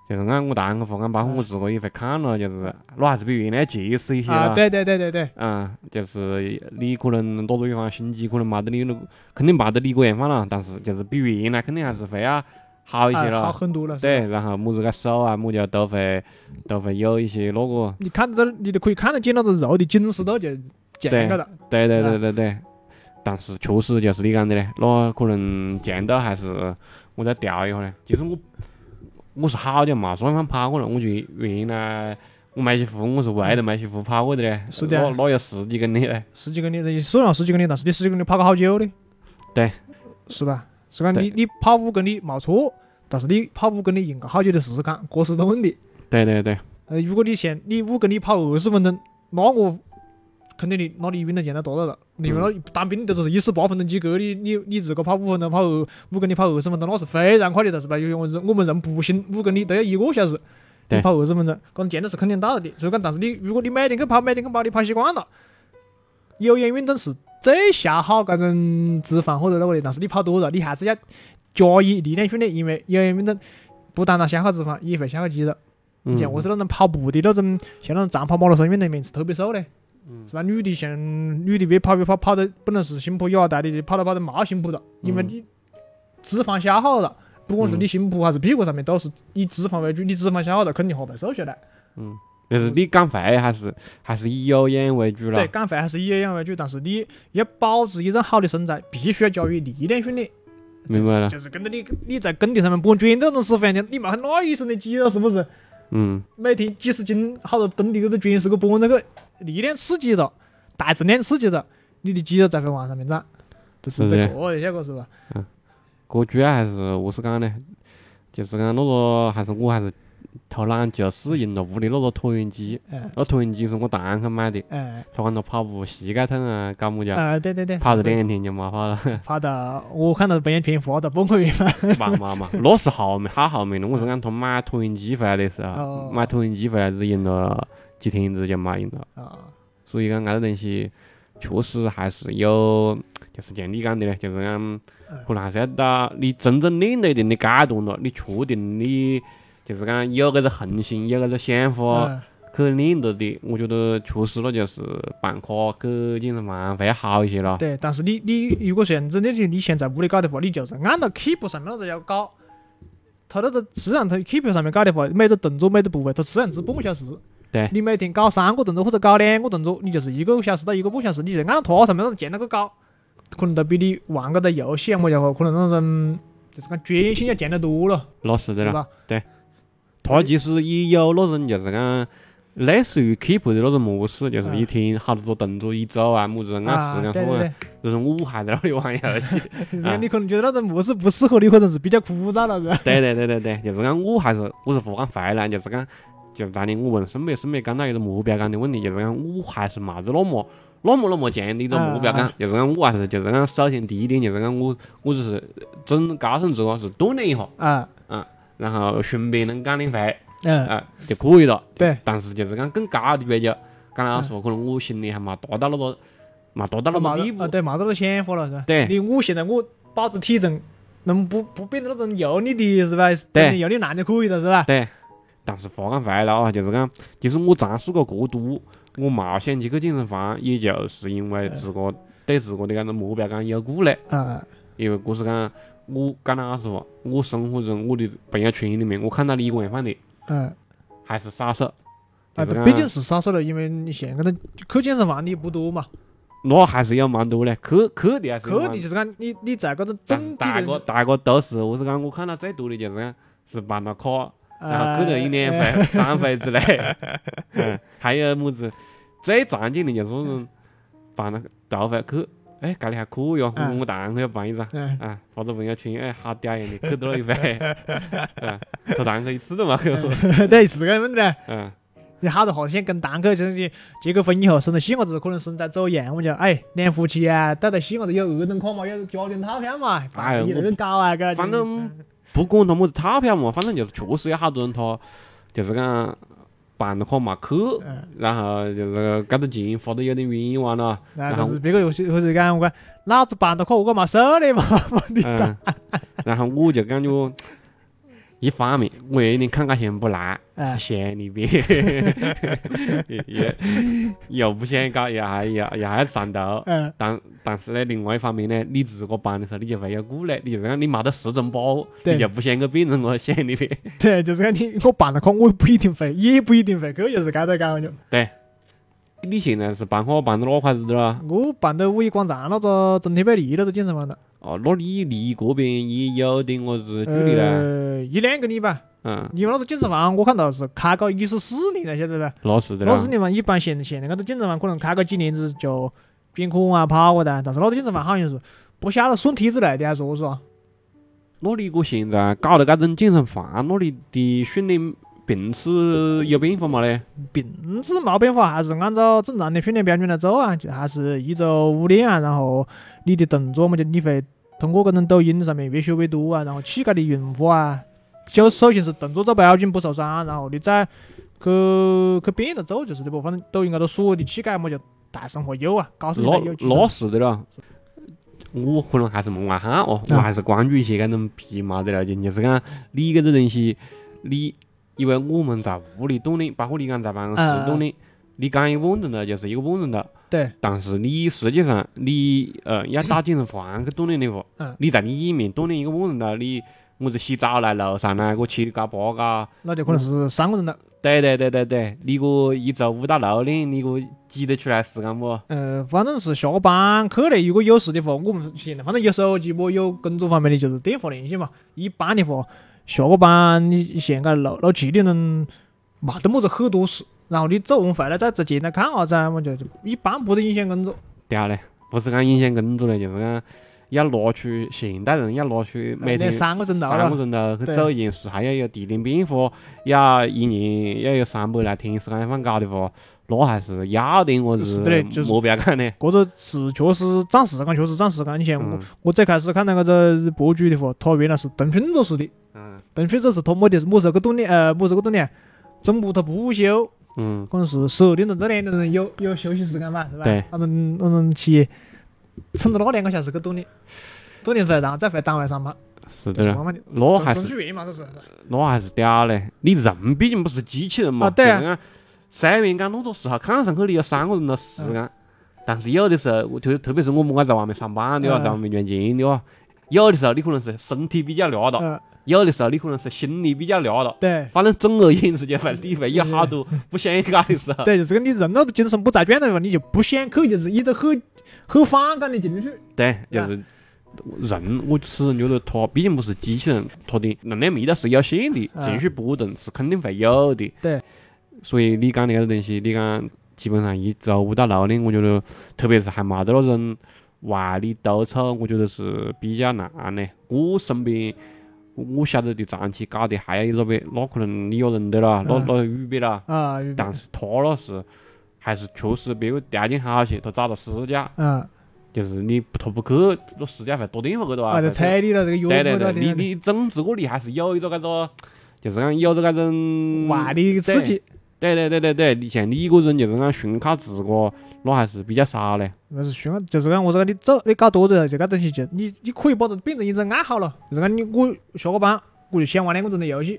B: 就是按我堂客话讲，包
C: 嗯
B: 括我自个也会看了，就是那还是比原来结实一些
C: 啊，
B: 啦。
C: 对对对对对，
B: 嗯，就是你可能打个比方，心肌可能没得你那个，肯定没得你个样范了，但是就是比原来肯定还是会要好一些
C: 啊，好
B: 了。
C: 很多了。是吧，
B: 对，然后么子个手啊，么家都会都会有一些那个，
C: 你看得到，你都可以看得见那个肉的紧实度就强
B: 对
C: 个了。
B: 对对
C: 是
B: 对对对。但是确实就是你讲的嘞，那可能强度还是我再调一下嘞。其实我我是好久没算上跑过了，我就原来我梅西湖我是围着梅西湖跑过的嘞，
C: 是的
B: 那那有十几公里嘞。
C: 十几公里，虽然十几公里，但是你十几公里跑个好久的，
B: 对，
C: 是吧？是讲
B: 对
C: 你你跑五公里没错，但是你跑五公里用个好久的时间，这是个问题。
B: 对对对，
C: 呃，如果你想你五公里跑二十分钟，那我肯定你那你运动强度达到了。你们那当兵的都是一十八分钟及格，你你你自个跑五分钟跑二五公里跑二十分钟，那是非常快的，但是吧，因为我们人我们人不行，五公里都要一个小时，你
B: 对
C: 跑二十分钟，讲强度是肯定到的。所以讲，但是你如果你每天去跑，每天去跑，你跑习惯了，有氧运动是最消耗搿种脂肪或者那个的，但是你跑多了，你还是要加以力量训练，因为有氧运动不单单消耗脂肪，也会消耗肌肉。
B: 嗯，
C: 像我是那种跑步的那种，像那种长跑马拉松运动员是特别瘦嘞，
B: 嗯
C: 是吧？女的像女的越跑越跑，跑的本来是心扑亚大的，跑到跑到没心扑了，因为
B: 嗯
C: 你脂肪消耗了，不管是
B: 嗯
C: 你心扑还是屁股上面，都是以脂肪为主，你脂肪消耗了，肯定会被瘦下来。
B: 嗯，就是你减肥还是还是以有氧为主
C: 对，
B: 了。
C: 减肥还是以有氧为主，但是你要保持一种好的身材，必须要加入力量训练。
B: 明白了
C: 就是就是跟着你你在耕地上面不管卷这种死法，你你没看那一身的肌肉是不是？
B: 嗯，
C: 每天几十斤，好多吨的这个卷是个把那个力量刺激了，大重量刺激了，你的肌肉才会往上面长，这
B: 是
C: 是这
B: 的
C: 个的效果是吧？
B: 哥主要还是我是讲呢，就是讲那个还是我还是偷懒就适应了屋里那个椭圆机，
C: 哎
B: 那椭圆机是我堂客买的，
C: 哎
B: 他讲他跑步膝盖痛啊，搞么家，
C: 啊，对对对，
B: 跑了两天就没跑了，
C: 跑到我看到朋友圈发到半个月嘛，
B: 没没没，那是后面好后面的，我是讲他买椭圆机回来的时候
C: 哦，
B: 买椭圆机回来只用了几天子就没用了。
C: 啊，
B: 所以讲搿个东西确实还是有，就是像你讲的嘞，就是
C: 哎
B: 讲可能还是要到你真正练到一定的阶段了，你确定你就是讲有搿个恒心，有搿个想法
C: 嗯
B: 去练着的，我觉得确实了就是办卡去健身房会好一些咯。
C: 对，但是你你如果像真的是你想在屋里搞的话，你就是按照 keep 上面那个要搞，它那个自然它 keep 上面搞的话，每个动作每个部位它自然是半个小时。
B: 对
C: 你每天搞三个动作或者搞两个动作，你就是一个小时到一个半小时，你就按照它上面那个前那个搞，可能都比你玩个的游戏啊么家伙，可能那种就是讲专业性要强得多了，
B: 老实的
C: 是
B: 了。
C: 吧？
B: 他其实也有那种就是讲类似于 keep 的那种模式，就是
C: 嗯
B: 一天好多个动作一周啊，么子按时
C: 啊，
B: 间
C: 对
B: 算
C: 对
B: 啊，
C: 对，
B: 就是我还在那里玩游戏。
C: 就是讲你可能觉得那种模式不适合你，或者是比较枯燥了，是吧？
B: 对对对对对，就是讲我还是我是不敢回来，就是讲就是当年我问身边身边讲到一个目标感的问题，就是讲我还是没得那么那么那么强的一种目标感
C: 啊，
B: 就是讲我还是就是讲首先第一点就是讲我我只是整高中之后是锻炼一下，
C: 啊，
B: 然后顺便能干点回。
C: 嗯，
B: 啊，就可以了。
C: 对，
B: 但是就是讲更高的追求，讲老实话，可能我心里还没达到那个，没达到那
C: 没
B: 个
C: 得
B: 地步
C: 啊，。对，没得那想法了，是吧？
B: 对
C: 你我现在我保持体重，能不不变得那种油腻的，是吧？
B: 对
C: 真的油腻男就可以了，是 吧？
B: 对，但是话讲回来啊，就是讲，其实我尝试过过多，我冇想去去健身房，也就是因为自个对自个的搿种目标感有顾虑，
C: 啊，
B: 因为我是讲。我讲老实话，我生活中我的朋友圈里面，我看到你惯饭的
C: 嗯，
B: 还是少数。就
C: 啊，
B: 是
C: 对
B: 讲
C: 毕竟是少数了，因为你现在去健身房的也不多嘛，
B: 那还是有蛮多嘞，去去的还是
C: 去
B: 有蛮
C: 的就是讲你你在搿种
B: 但是
C: 整体
B: 大家
C: 的，
B: 大家都是，我是讲我看到最多的就是讲是办了卡，然
C: 啊
B: 后去了一两
C: 哎
B: 回、三回之类。呃 嗯，还有么子最常见的就是那种办了头回去，哎，搿里还可以哦，我
C: 嗯
B: 我堂口要办一张。
C: 嗯，
B: 啊，发到朋友圈，哎，好屌样的，去多了一 回，啊，他堂口一次都没去过，
C: 对，是搿问题。
B: 嗯，
C: 你好多好像跟堂客就是你结个婚以后生了细伢子，可能身材走样，我讲哎，两夫妻啊，带到细伢子有儿童卡嘛，有家庭套票嘛，
B: 哎
C: 反正
B: 我
C: 更高啊，搿
B: 反正不管他么子钞票嘛，反正就是确实有好多人他就是讲办了卡没去，
C: 嗯，
B: 然后就是搿个钱花的有点冤枉了，
C: 然
B: 然
C: 后
B: 后
C: 但是别个有些或者讲我讲老子办的卡，我讲没收的嘛，你
B: 嗯，然后我就感觉，一方面我有点看高兴不来，
C: 哎
B: 闲里边， 也也又不想搞，也还也也还上头。
C: 嗯
B: 但但是呢，另外一方面呢，你自个办的时候，你就会有顾虑，你就是讲你没得时辰把握，
C: 对
B: 你就不想去变成个闲里 边。
C: 对，就是讲你我办的卡，我也不一定会，也不一定会去，就是搿个感觉。
B: 你现在是办卡办到哪块子的了？
C: 我办的五一广场那个中天贝利那个健身房的，
B: 哦，那你离这边也有点么子距离了，
C: 呃，一两个礼拜，
B: 嗯，
C: 因为那个健身房我看到是开到一十四年了，晓得吧？
B: 那是的
C: 老是
B: 了。
C: 你们一般现现在搿个健身房可能开个几年子就变宽啊跑个哒，但是那个健身房好像是不晓得算体制内的还是何是啊？
B: 那你个现在搞的搿种健身房，那你的训练频次有变化没嘞？
C: 频次没变化，还是按照正常的训练标准来做啊，就还是一周五练啊，然后你的动作嘛就你会通过搿种抖音上面越学越多啊，然后膝盖的运化啊，就首先是动作做标准不受伤，然后你再去啊去变着做就是的不，反正抖音高头所有的膝盖么就大生活有啊，告诉你
B: 那
C: 们有几种
B: 那是的了。我可能还是没外行哦，我
C: 啊
B: 还是关注一些搿种皮毛的了解。就是讲你搿个东西，你因为我们在屋里锻炼，包括你讲在办公室
C: 啊啊
B: 锻炼，你讲一个半钟头就是一个半钟头。
C: 对。
B: 但是你实际上你呃要到健身房去锻炼的话，
C: 嗯
B: 你在你里面锻炼一个半钟头，你么子洗澡啦、楼上啦、个啊七搞八搞，
C: 那就可能是三个人了。
B: 对对对对对，你个一周五到六练，你个挤得出来时间不？
C: 呃，反正是下班去的，如果有事的话，我们现在反正有手机不，有工作方面的就是电话联系嘛。一般的话，下个班你现在六六七点钟没得么子很多事，然后你做完回来再直接来看下子啊，么就就一般不得影响工作。
B: 对啊嘞，不是讲影响工作嘞，就是讲要拿出现代人要拿出每
C: 那
B: 天
C: 三个钟头啊
B: 三个
C: 了，
B: 钟头去
C: 对
B: 做一件事，还要有地点变化，要一年要有三百来天时间放假的话，那还是要点我
C: 是的嘞就是
B: 目标感嘞。
C: 这个是确实暂时讲，确实暂时讲。你像我，
B: 嗯
C: 我最开始看那个博主的话，他原来是腾讯做事的，
B: 嗯
C: 腾讯做事他没得么时候去锻炼，呃，么时候去锻炼，中午他不午休。
B: 嗯，
C: 可能是十二点钟这两点钟有有休息时间嘛，是吧？
B: 对
C: 那种那种去，趁着那两个小时去锻炼，锻炼回来，然后再回单位上班。
B: 是
C: 就是
B: 的，
C: 慢慢的
B: 那啊还
C: 程
B: 是
C: 序员嘛，这是。
B: 那还是屌的。你人毕竟不是机器人嘛，
C: 啊对啊
B: 就是讲虽然讲弄个四号炕上去，你有三个人的时间，啊但是有的时候，我就是特别是我们爱在外面上班的哦，
C: 嗯
B: 在外面赚钱的哦，有的时候你可能是身体比较累了，
C: 呃，
B: 有的时候你可能是心理比较累了，
C: 对
B: 反正总而言之就会你会有好多不想干的时候。
C: 对，就是个你人都精神不在状态的话，你就不想去，就是一直很很反感的进去。
B: 对，就
C: 啊
B: 是人，我始终觉得他毕竟不是机器人，他的能量密度是有限的，
C: 啊
B: 情绪波动是肯定会有的。
C: 对，
B: 所以你讲那个东西，你讲基本上一周五到六天，我觉得特别是还没得那种外力督促，我觉得是比较难的。我身边。我晓得的长期搞的还有一个呗，那可能你有人的啦，那
C: 啊
B: 那预备啦，
C: 啊，有
B: 但是他那是还是确实别个条件好些，他找到私家，
C: 啊
B: 就是你不他不去，那时间会多电话去的哇。
C: 啊，就
B: 对
C: 彩礼了，这个
B: 对
C: 约
B: 对
C: 不
B: 对，
C: 到
B: 你你总之我你还是有一个这个，就是讲有这个种
C: 外力刺激，
B: 对对对对对，你像你一个人就是讲纯靠自个，那还是比较少嘞。
C: 那是循环，就是讲我说你做你搞多了，就搿东西就你你可以把它变成一种爱好了，就是讲你我下个班我就想玩两个钟头游戏。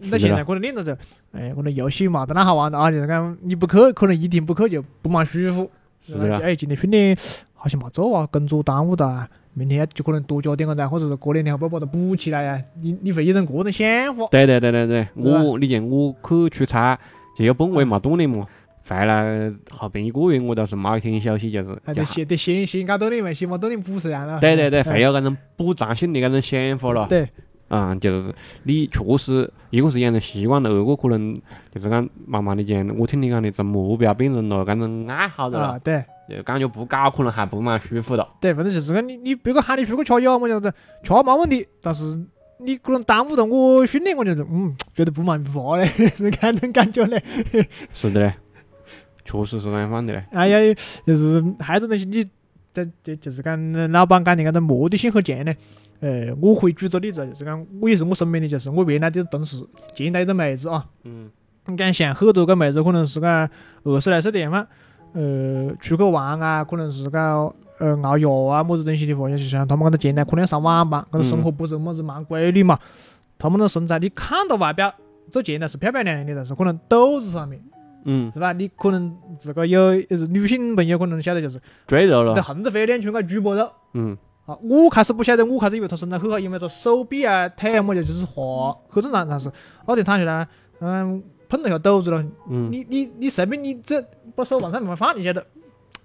B: 是
C: 那
B: 的
C: 现在可能练到这，哎，可能游戏嘛，得那好玩的啊，就是讲你不去，可能一天不去就不蛮舒服。
B: 是的啦，
C: 哎，今天训练好像没做啊，工作耽误了啊，明天就可能多加点个噻，或者是过两天后把把它补起来呀。你你会有种个人想法，
B: 对对对对对，
C: 对吧
B: 我你像我去出差，就有半个月没锻炼嘛，回来后边一个月我倒是没一天休息，就是
C: 哎，
B: 就
C: 得先得先先搞锻炼嘛，先把锻炼补上 了。
B: 对对对，
C: 哎
B: 会有那种补偿性的那种想法了。
C: 对，
B: 啊、就是你确实一个是养成习惯了，二个可能就是讲慢慢的讲，我听你讲的从目标变成了那种爱好的
C: 啊
B: 了，
C: 对。
B: 就感觉不搞可能还不蛮舒服的。
C: 对，反正就是讲你你别个喊你出去吃药么样子，吃没问题，但是你可能耽误到我训练，我就是嗯，觉得不蛮不嘞， 是这种感觉嘞。
B: 是的嘞，确实是这样放的嘞。
C: 哎呀，就是还有种东西，你这这就是讲老板讲的搿种目的性很强嘞。呃，我可以举个例子，就是讲我也是我身边的，就是我原来的同事，前台的妹子啊，
B: 嗯，
C: 你讲像很多个妹子可能是个二十来岁的样嘛，呃，出去玩啊，可能是个呃熬夜啊，么子东西的话，就是像他们搿个前台可能上晚班，搿个生活不是么子蛮规律嘛，他们的身材你看到外表做前台是漂漂亮亮的，但是可能肚子上面
B: 嗯，
C: 是吧？你可能自个有呃女性朋友可能晓得就是，
B: 赘肉
C: 那
B: 了。
C: 横着飞两圈个猪脖肉。
B: 嗯，
C: 啊，我开始不晓得，我开始以为他身材很好，因为他手臂啊、腿啊么就就是滑，很正常。但是二天躺下来，嗯，碰了一下肚子了，
B: 嗯，
C: 你你你随便你这把手往上面放，你晓得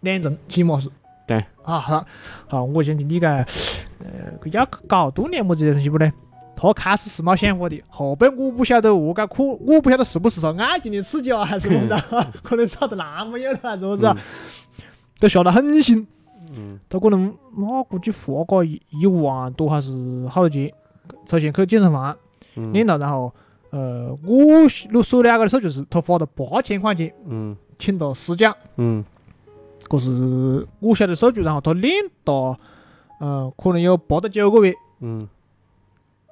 C: 两层起码是。
B: 对。
C: 啊，好，好，我相信你个，呃，搿要搞锻炼么子的东西不呢？他开始是没想法的，后边我不晓得何解可，我不晓得是不是受爱情的刺激啊，还是 么子啊？可能找到男朋友了，还是么子啊？都下得狠心，
B: 嗯，
C: 他可能那估计花个一一万多还是好多钱，首先去健身房
B: 嗯，
C: 练了，然后呃，我所所了解的数就是他花了八千块钱
B: 嗯，
C: 请到私教，
B: 嗯，
C: 这是我晓得数据。然后他练到，呃，可能有八到九个月，
B: 嗯，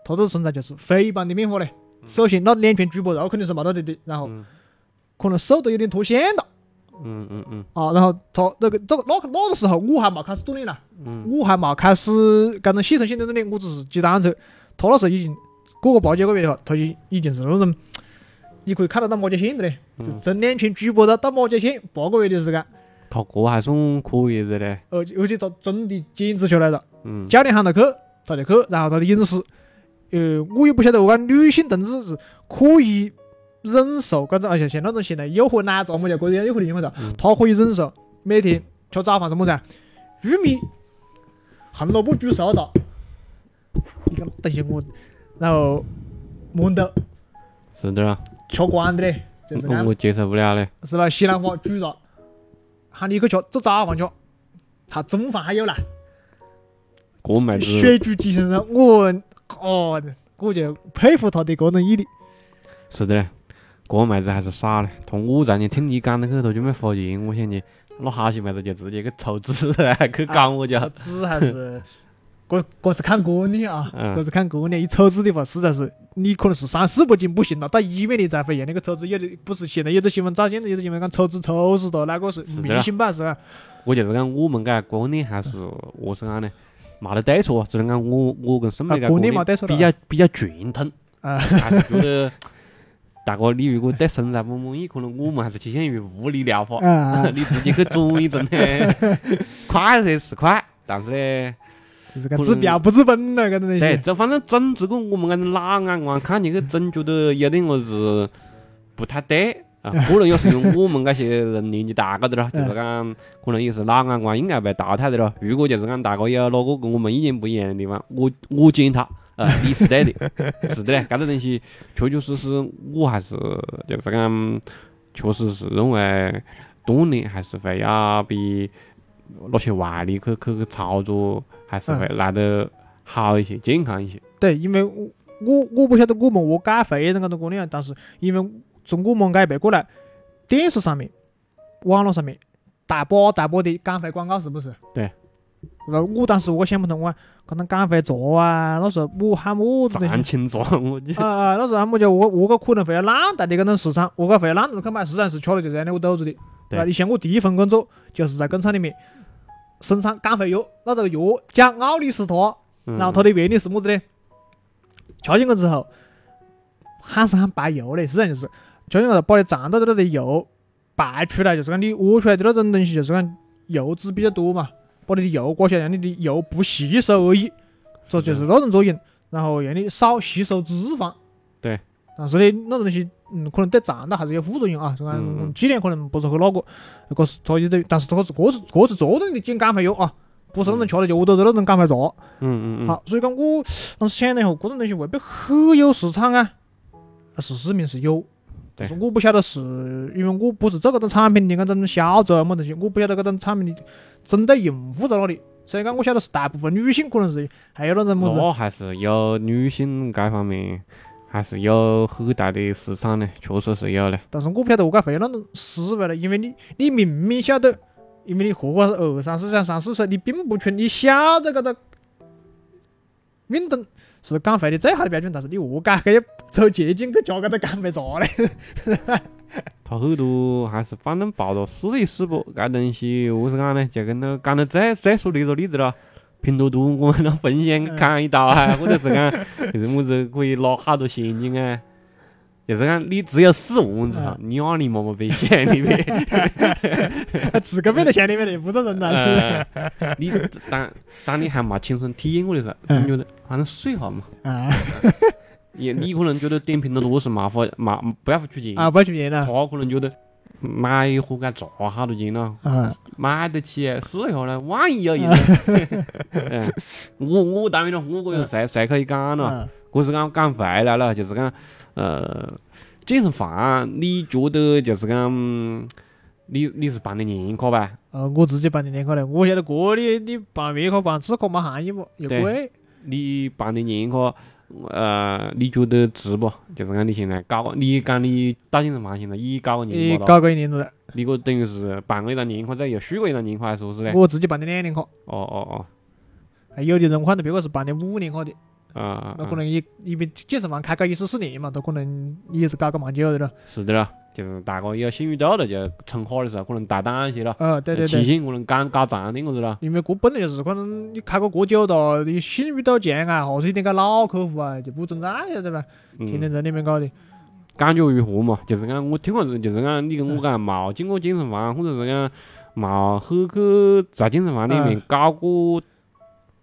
C: 他的身材就是非一般的变化嘞。首先，那两片猪脖肉肯定是没得的的，然后
B: 嗯，
C: 可能瘦的有点脱线了
B: 嗯，嗯，嗯，
C: 啊。然后他那个这个那个那个时候我还没开始锻炼啦，
B: 嗯，
C: 我还没开始搿种系统性的锻炼，我只是骑单车。他那时候已经过个八九个月的话，他已已经是那种，你可以看得到马甲线的嘞，就
B: 嗯
C: 从两片猪脖啊肉到马甲线八个月的时间，
B: 他哥还算可以的嘞。
C: 而且而且他真的减脂下来了。
B: 嗯，
C: 教练喊他去，他就去，然后他的饮食，呃，我也不晓得我讲女性同志是可以忍受搿种，而且像那种现在诱惑奶茶么就各种诱惑的情况下
B: 嗯，
C: 他可以忍受每天吃早饭什么噻，玉米、红萝卜煮熟了，你讲东西我，然后馒头
B: 是的啦，
C: 吃光的嘞，就是啊
B: 我
C: 讲
B: 我接受不了嘞。
C: 是吧？西兰花煮了，喊你去吃，做早饭吃，还中饭还有啦。
B: 这妹子，
C: 水煮鸡身上，我哦，我就佩服他的个人毅力。
B: 是的嘞，个妹子还是傻嘞。从我昨天听你讲那去，她就没花钱，我想起那哈些妹子就直接去抽脂了， 去讲我就
C: 抽脂还 是，这这是看个人啊，
B: 嗯
C: 这是看个人。一抽脂的话，实在是你可能是三四百斤不行了，到医院里才会验那个抽脂。有的不是现在有的新闻照现在有的新闻讲抽脂抽死的，那个是
B: 是的啦
C: 明星吧是吧？
B: 啊我就是讲我们搿观念还是何是讲呢？没得对错，只能讲我我跟沈梅
C: 啊
B: 家
C: 国内
B: 里
C: 没对错的
B: 比较比较传统，
C: 啊
B: 还是觉得大哥，你如果对身材不满意，可能我们还是倾向于物理疗法，
C: 啊，
B: 你直接去转一针 呢，快些是快，但是呢。
C: 就是个治标不治本啊的搿种东
B: 对，
C: 西。
B: 这反正整这个啊我们搿种老眼光 看起去，真觉得有点么子不太对啊。可能也是因为我们搿些人年纪大个的咯，就是讲可能也是老眼光应该被淘汰的咯。如果就是讲大家有哪个跟我们意见不一样的地方，我我检讨啊，你是对的，是的嘞。搿个东西确确实实，我还是就是讲，确实是认为锻炼还是会要比那些外力去去去操作，还是
C: 嗯
B: 会来得好一些、健康一些。
C: 对，因为我我我不晓得我们何解会有这样的观念，但是因为从我们这一辈过来，电视上面、网络上面大把大把的减肥广告，是不是？
B: 对。
C: 然后我当时我想不通啊，可能减肥茶啊，那时候我喊么子东西
B: 常青茶，我记
C: 啊啊！那时候他们就我我个可能会有浪大的搿种市场，我个会有浪大去买市场是吃了就这样的我肚子的，
B: 对
C: 吧？你像我第一份工作就是在工厂里面生产减肥药，那这个药讲奥利司他，
B: 嗯
C: 然后它的原理是么子呢？吃进去之后，喊是喊排油嘞，实际上就是吃进去之后把你肠道的那个油排出来，就是讲你屙出来的那种东西，就是讲油脂比较多嘛，把你的油刮下来，让你的油不吸收而已，这就是那种作用。然后让你少吸收脂肪。
B: 对。
C: 但是呢，那种东西，嗯，可能对肠道还是有副作用啊，是吧？
B: 嗯
C: 嗯剂量可能不是很那个，可是它就对，但是它是各是各是做的的减减肥药啊，不是那
B: 嗯
C: 种吃了就屙到的那种减肥茶。
B: 嗯嗯嗯，
C: 好，所以讲我当时想了一下，这种东西未必很有市场啊。事实明是有，但
B: 对
C: 是我不晓得是因为我不是做搿种产品的搿种销售么东西，我不晓得搿种产品的针对用户在哪里。所以讲，我晓得是大部分女性可能是还有那种么子
B: 那还是有女性这方面还是有很大的市场呢，确实是有嘞。
C: 但是我不晓得何解会有那种思维了，因为你你明明晓得，因为你何况是二三十岁、三四岁，你并不全，你晓得搿个运动是减肥的最好的标准，但是你何解还要走捷径去加搿个减肥茶嘞？
B: 他很多还是反正抱着试一试不，搿东西何是讲呢？就跟那讲到再再说的一个例子咯，拼多多我们那分享砍一刀 啊，或者是讲就是么子可以拿好多现金啊，就是讲你只有试完之
C: 嗯
B: 后，你让你妈妈被嫌里 面。
C: 自个变得想里面的负责任了。
B: 呃，你当当你还没亲身体验过的时候，
C: 嗯
B: 你觉得反正试一下嘛。
C: 啊
B: 也你可能觉得点评的多是麻烦，麻不要出钱。
C: 啊，不要去骗了
B: 他可能觉得买一盒该茶好多钱咯，
C: 啊！
B: 买得起，试一下呢，万一有一 个。嗯，我我当然了，我
C: 嗯
B: 个人谁谁可以讲咯？
C: 啊
B: 可是讲讲回来了，就是讲呃，健身房你觉得就是讲嗯你你是办的年卡吧？
C: 呃，我自己办的年卡嘞，我晓得这里你办月卡、办季卡没含义不？又
B: 对
C: 贵。
B: 你办的年卡，呃，你觉得值不？就是讲你现在搞，你讲你到健身房现在已搞个
C: 你
B: 年卡了，
C: 搞个一年多了，
B: 你个等于是办过一张年卡，再又续过一张年卡，还是说是嘞？
C: 我自己办的两年卡，
B: 哦哦
C: 还有的人看到别个是办的五年卡的。
B: 哦，啊、
C: 那可
B: 啊
C: 能也因为健身房开个一四四年嘛，他可能也是搞个蛮久的了。
B: 是的啦，就是大家有兴趣度了，就冲卡的时候可能大胆一些了，
C: 呃，对对
B: 期
C: 对，
B: 限可能刚搞长点个子啦。
C: 因为这本来就是可能你开个过久哒，你信誉度强啊，还是一点个老客户啊，就不存在晓得吧？天
B: 嗯，
C: 天在里面搞的，
B: 感觉如何嘛？就是讲我听过人，就是讲你跟我
C: 嗯
B: 讲冇进过健身房，或者是讲冇去去在健身房里面
C: 嗯
B: 搞过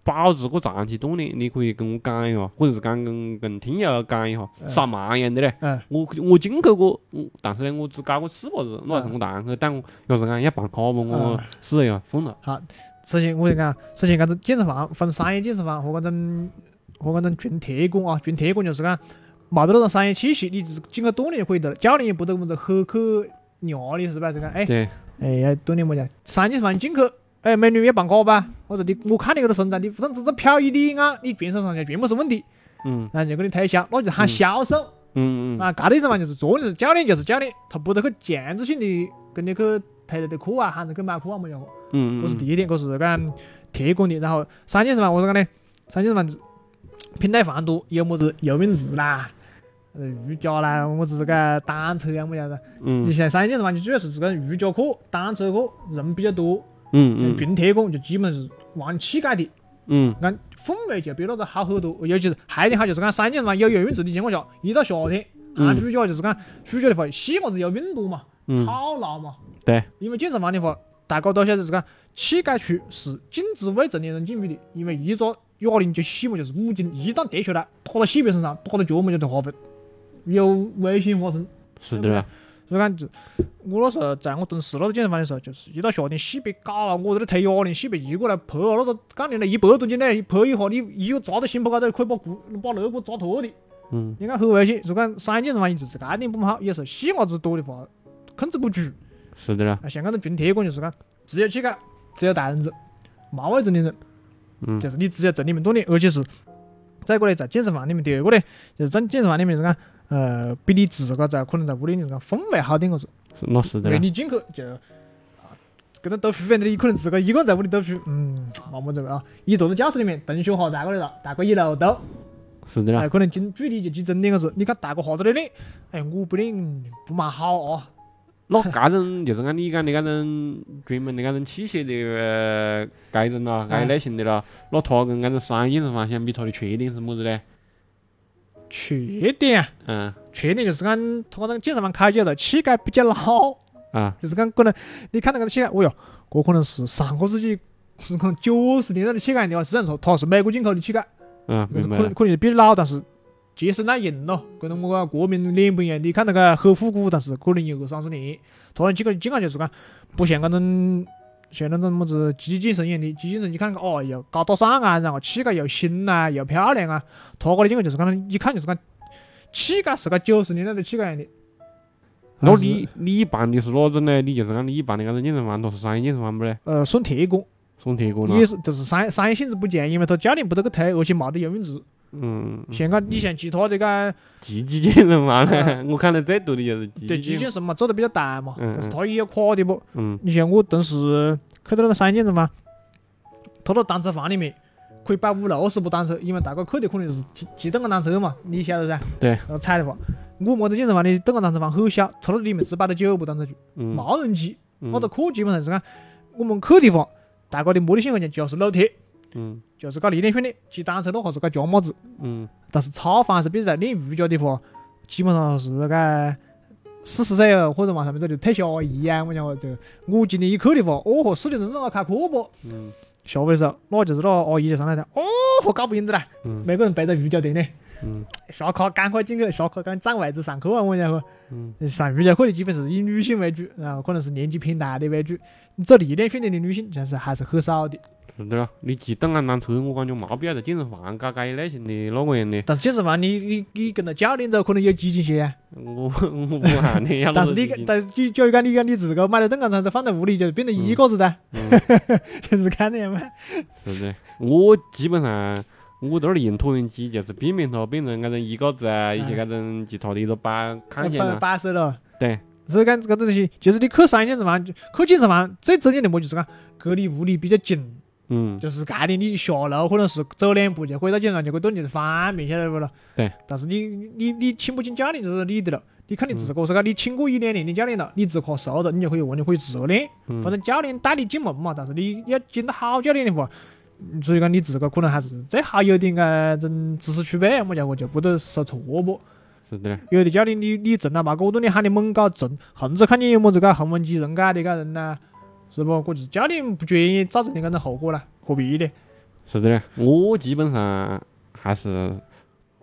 B: 保持过长期锻炼，你可以跟我讲一下，或者是讲跟跟听友讲一下，
C: 嗯
B: 扫盲一样的嘞。
C: 嗯
B: 我我进去过，嗯但是呢，我只搞过四把子，那还是我堂去，但我要是讲要办卡嘛，我
C: 嗯
B: 试一下算了。
C: 首先我就讲，首先搿种健身房分商业健身房和搿种和搿种纯铁馆啊，纯铁馆就是讲冇得那种商业气息，你只进去锻炼就可以得了，教练也不得么子很去压你是吧？就讲哎。
B: 对，
C: 哎，要锻炼么讲？三健身房进去，哎，美女要办卡吧？或者你我看你这个身材，你反正这瞟一眼啊，你全身上下全部是问题，
B: 嗯
C: 然后就给你推销，那就是喊销售、
B: 嗯嗯
C: 啊。搿类地方就是专门就是教练就是教练，他不得去强制性的跟你去推着的课啊，喊着去买课啊么样个。
B: 嗯
C: 这是第
B: 嗯，
C: 一点，这是讲铁杆的。然后三健身房我是讲呢，三健身房品类繁多，有么子游泳池啦。呃瑜伽啦，么子这个单车啊，么样子？
B: 嗯
C: 你像三健身房就主要是这个瑜伽课、单车课，人比较多，
B: 嗯嗯
C: 群体工就基本是玩气概的，
B: 嗯
C: 俺氛围就比那个好很多，尤其是还有一点好就是讲三年嘛有游泳池的情况下，一到夏天，寒
B: 嗯
C: 暑假就是讲暑假的话，希望是有运动嘛，
B: 嗯
C: 吵闹嘛。
B: 对。
C: 因为健身房的话，大家都晓得是讲膝盖区是禁止未成年人进入的，因为一个哑铃就细嘛，就是五斤，一旦跌下来，打到细别身上，打到脚嘛就得划分，有危险发生。
B: 是的啊，
C: 所以讲，就我那时候在我蹲石那个健身房的时候，就是一到夏天，细别搞啊，我这个推哑铃，细别移过来拍啊，那个杠铃来一百吨斤嘞，一拍一下，你一个砸到心包高头，可以把骨把肋骨砸脱的。
B: 嗯
C: 你看很危险，所以讲三健身房一直是这一点不好，有时候细伢子多的话，控制不住。
B: 是的啊，
C: 啊，像那种群体管就是讲，只有膝盖，只有大人子，没未成年人，
B: 嗯
C: 就是你只有在里面锻炼，而且是再过来在健身房里面。第二个呢，就是在健身房里面是讲，呃，比你自个在可能在屋里就是讲氛围好点个子，
B: 是那是
C: 因
B: 的
C: 为
B: 啊，
C: 你进去就。啊跟他读书反正你可能自个一个人在屋里读书，嗯，没么子味啊。一坐到教室里面，同学哈在过来了，大家一路斗，
B: 是的
C: 哎，
B: 啊，
C: 可能距距离就几针点个子。你看大哥哈在那练，哎，我不练不蛮好啊。
B: 那搿种就是按你讲的搿种专门的搿种器械的搿种咯，搿
C: 哎
B: 一类型的咯，那它跟搿种商业健身房相比，它的缺点是么子呢？
C: 缺点啊，
B: 嗯
C: 缺点就是讲他那个健身房开起来了，膝盖比较老，
B: 啊，
C: 就是讲可能你看那个膝盖，哦哟，这可能是上个世纪是讲九十年代的膝盖的话，虽然说它是美国进口的膝盖，
B: 嗯，
C: 可
B: 明白
C: 能
B: 了，
C: 可能是比较老，但是节省耐用咯，跟我们讲国民脸不一样。你看那个很复古，但是可能有个三十年，它那几个进口就是讲不像那种。像那种么子极健身一样的，极健身一看哦，又高大上啊，然后膝盖又新啊，又漂亮啊。它这个进口就是讲，一看就是讲，膝盖是个九十年代的膝盖样的。
B: 那
C: 还是
B: 你你一般的是哪种呢？你就是按你一般的搿种健身房，它是商业健身房不呢？
C: 呃，算铁工，
B: 送铁锅咯
C: 也，是就是商商业性质不强，因为他教练不得去推，而且没得游泳池。
B: 嗯，
C: 像讲你像其他的个，
B: 极极健身房呢
C: 啊，
B: 我看得最多的就是极
C: 对极
B: 健，
C: 健身嘛，做的比较大嘛，
B: 嗯
C: 但是他也有垮的不。
B: 嗯
C: 你像我当时去到那个商业健身房，他那单车房里面可以摆五六十部单车，因为大家去的可能是骑骑电动单车嘛，你晓得噻？
B: 对
C: 然后踩的话，我们的健身房的电动单车房很小，他那里面只摆了九部单车去，
B: 嗯，
C: 没人骑。
B: 嗯
C: 我的课基本上是讲，啊我们去的话，大家的目的性好像就是撸铁，
B: 嗯
C: 就是搞力量训练，骑单车那还是搞夹么子。
B: 嗯
C: 但是操反是，比如在练瑜伽的话，基本上是那个四十岁哦，或者往上面走就退休阿姨啊，我讲话就我今天一去的话，哦豁，四点钟正好开课不？
B: 嗯
C: 下午的时候，那就是那阿姨就上来了，哦豁，搞不赢的啦，
B: 嗯
C: 每个人背着瑜伽垫呢，
B: 嗯
C: 下课赶快进去，下课赶紧占位置上课啊，我讲话。
B: 嗯
C: 上瑜伽课的基本是以女性为主，然后可能是年纪偏大的为主，做力量训练的女性其实还是很少的。
B: 是的咯，啊你骑动感单车，我感觉没必要在健身房搞搿一类型的那个样的。
C: 但是健身房你你你跟着教练走，可能有激进些啊。
B: 我我不喊 你，要不
C: 但是
B: 你
C: 你，但是你就讲你讲你自个买了凳杆子放在屋里，就变成一个子的，
B: 嗯
C: 就是看那样嘛。
B: 是的，我基本上我这儿用椭圆机就是避免它变成搿种衣架子啊，一些搿种其他的一个摆看线
C: 摆
B: 啊。
C: 摆设了。
B: 对。
C: 所以讲这个东西，就是你去三健身房，去健身房最重要的么就是讲隔离屋里比较近，
B: 嗯，
C: 就是这点你下楼可能是走两步就可以到健身房，就可以锻炼，方便，晓得不咯？
B: 对。
C: 但是你你你请不请教练这是你的了，你
B: 嗯
C: 看你自个是讲你请过一两年的教练了，你自个熟了，你就可以完全可以自个练。
B: 嗯
C: 反正教练带你进门嘛，但是你要进到好教练的话，嗯所以讲你自个可能还是最好有点个种知识储备，么家伙就不得受挫不。
B: 是的，
C: 有的教练你你从来没给我锻炼喊你猛搞重，横着看见有么子个横纹肌人改的个人呐，是不？这就是教练不专业造成的搿种后果啦，何必呢？
B: 是的，我基本上还是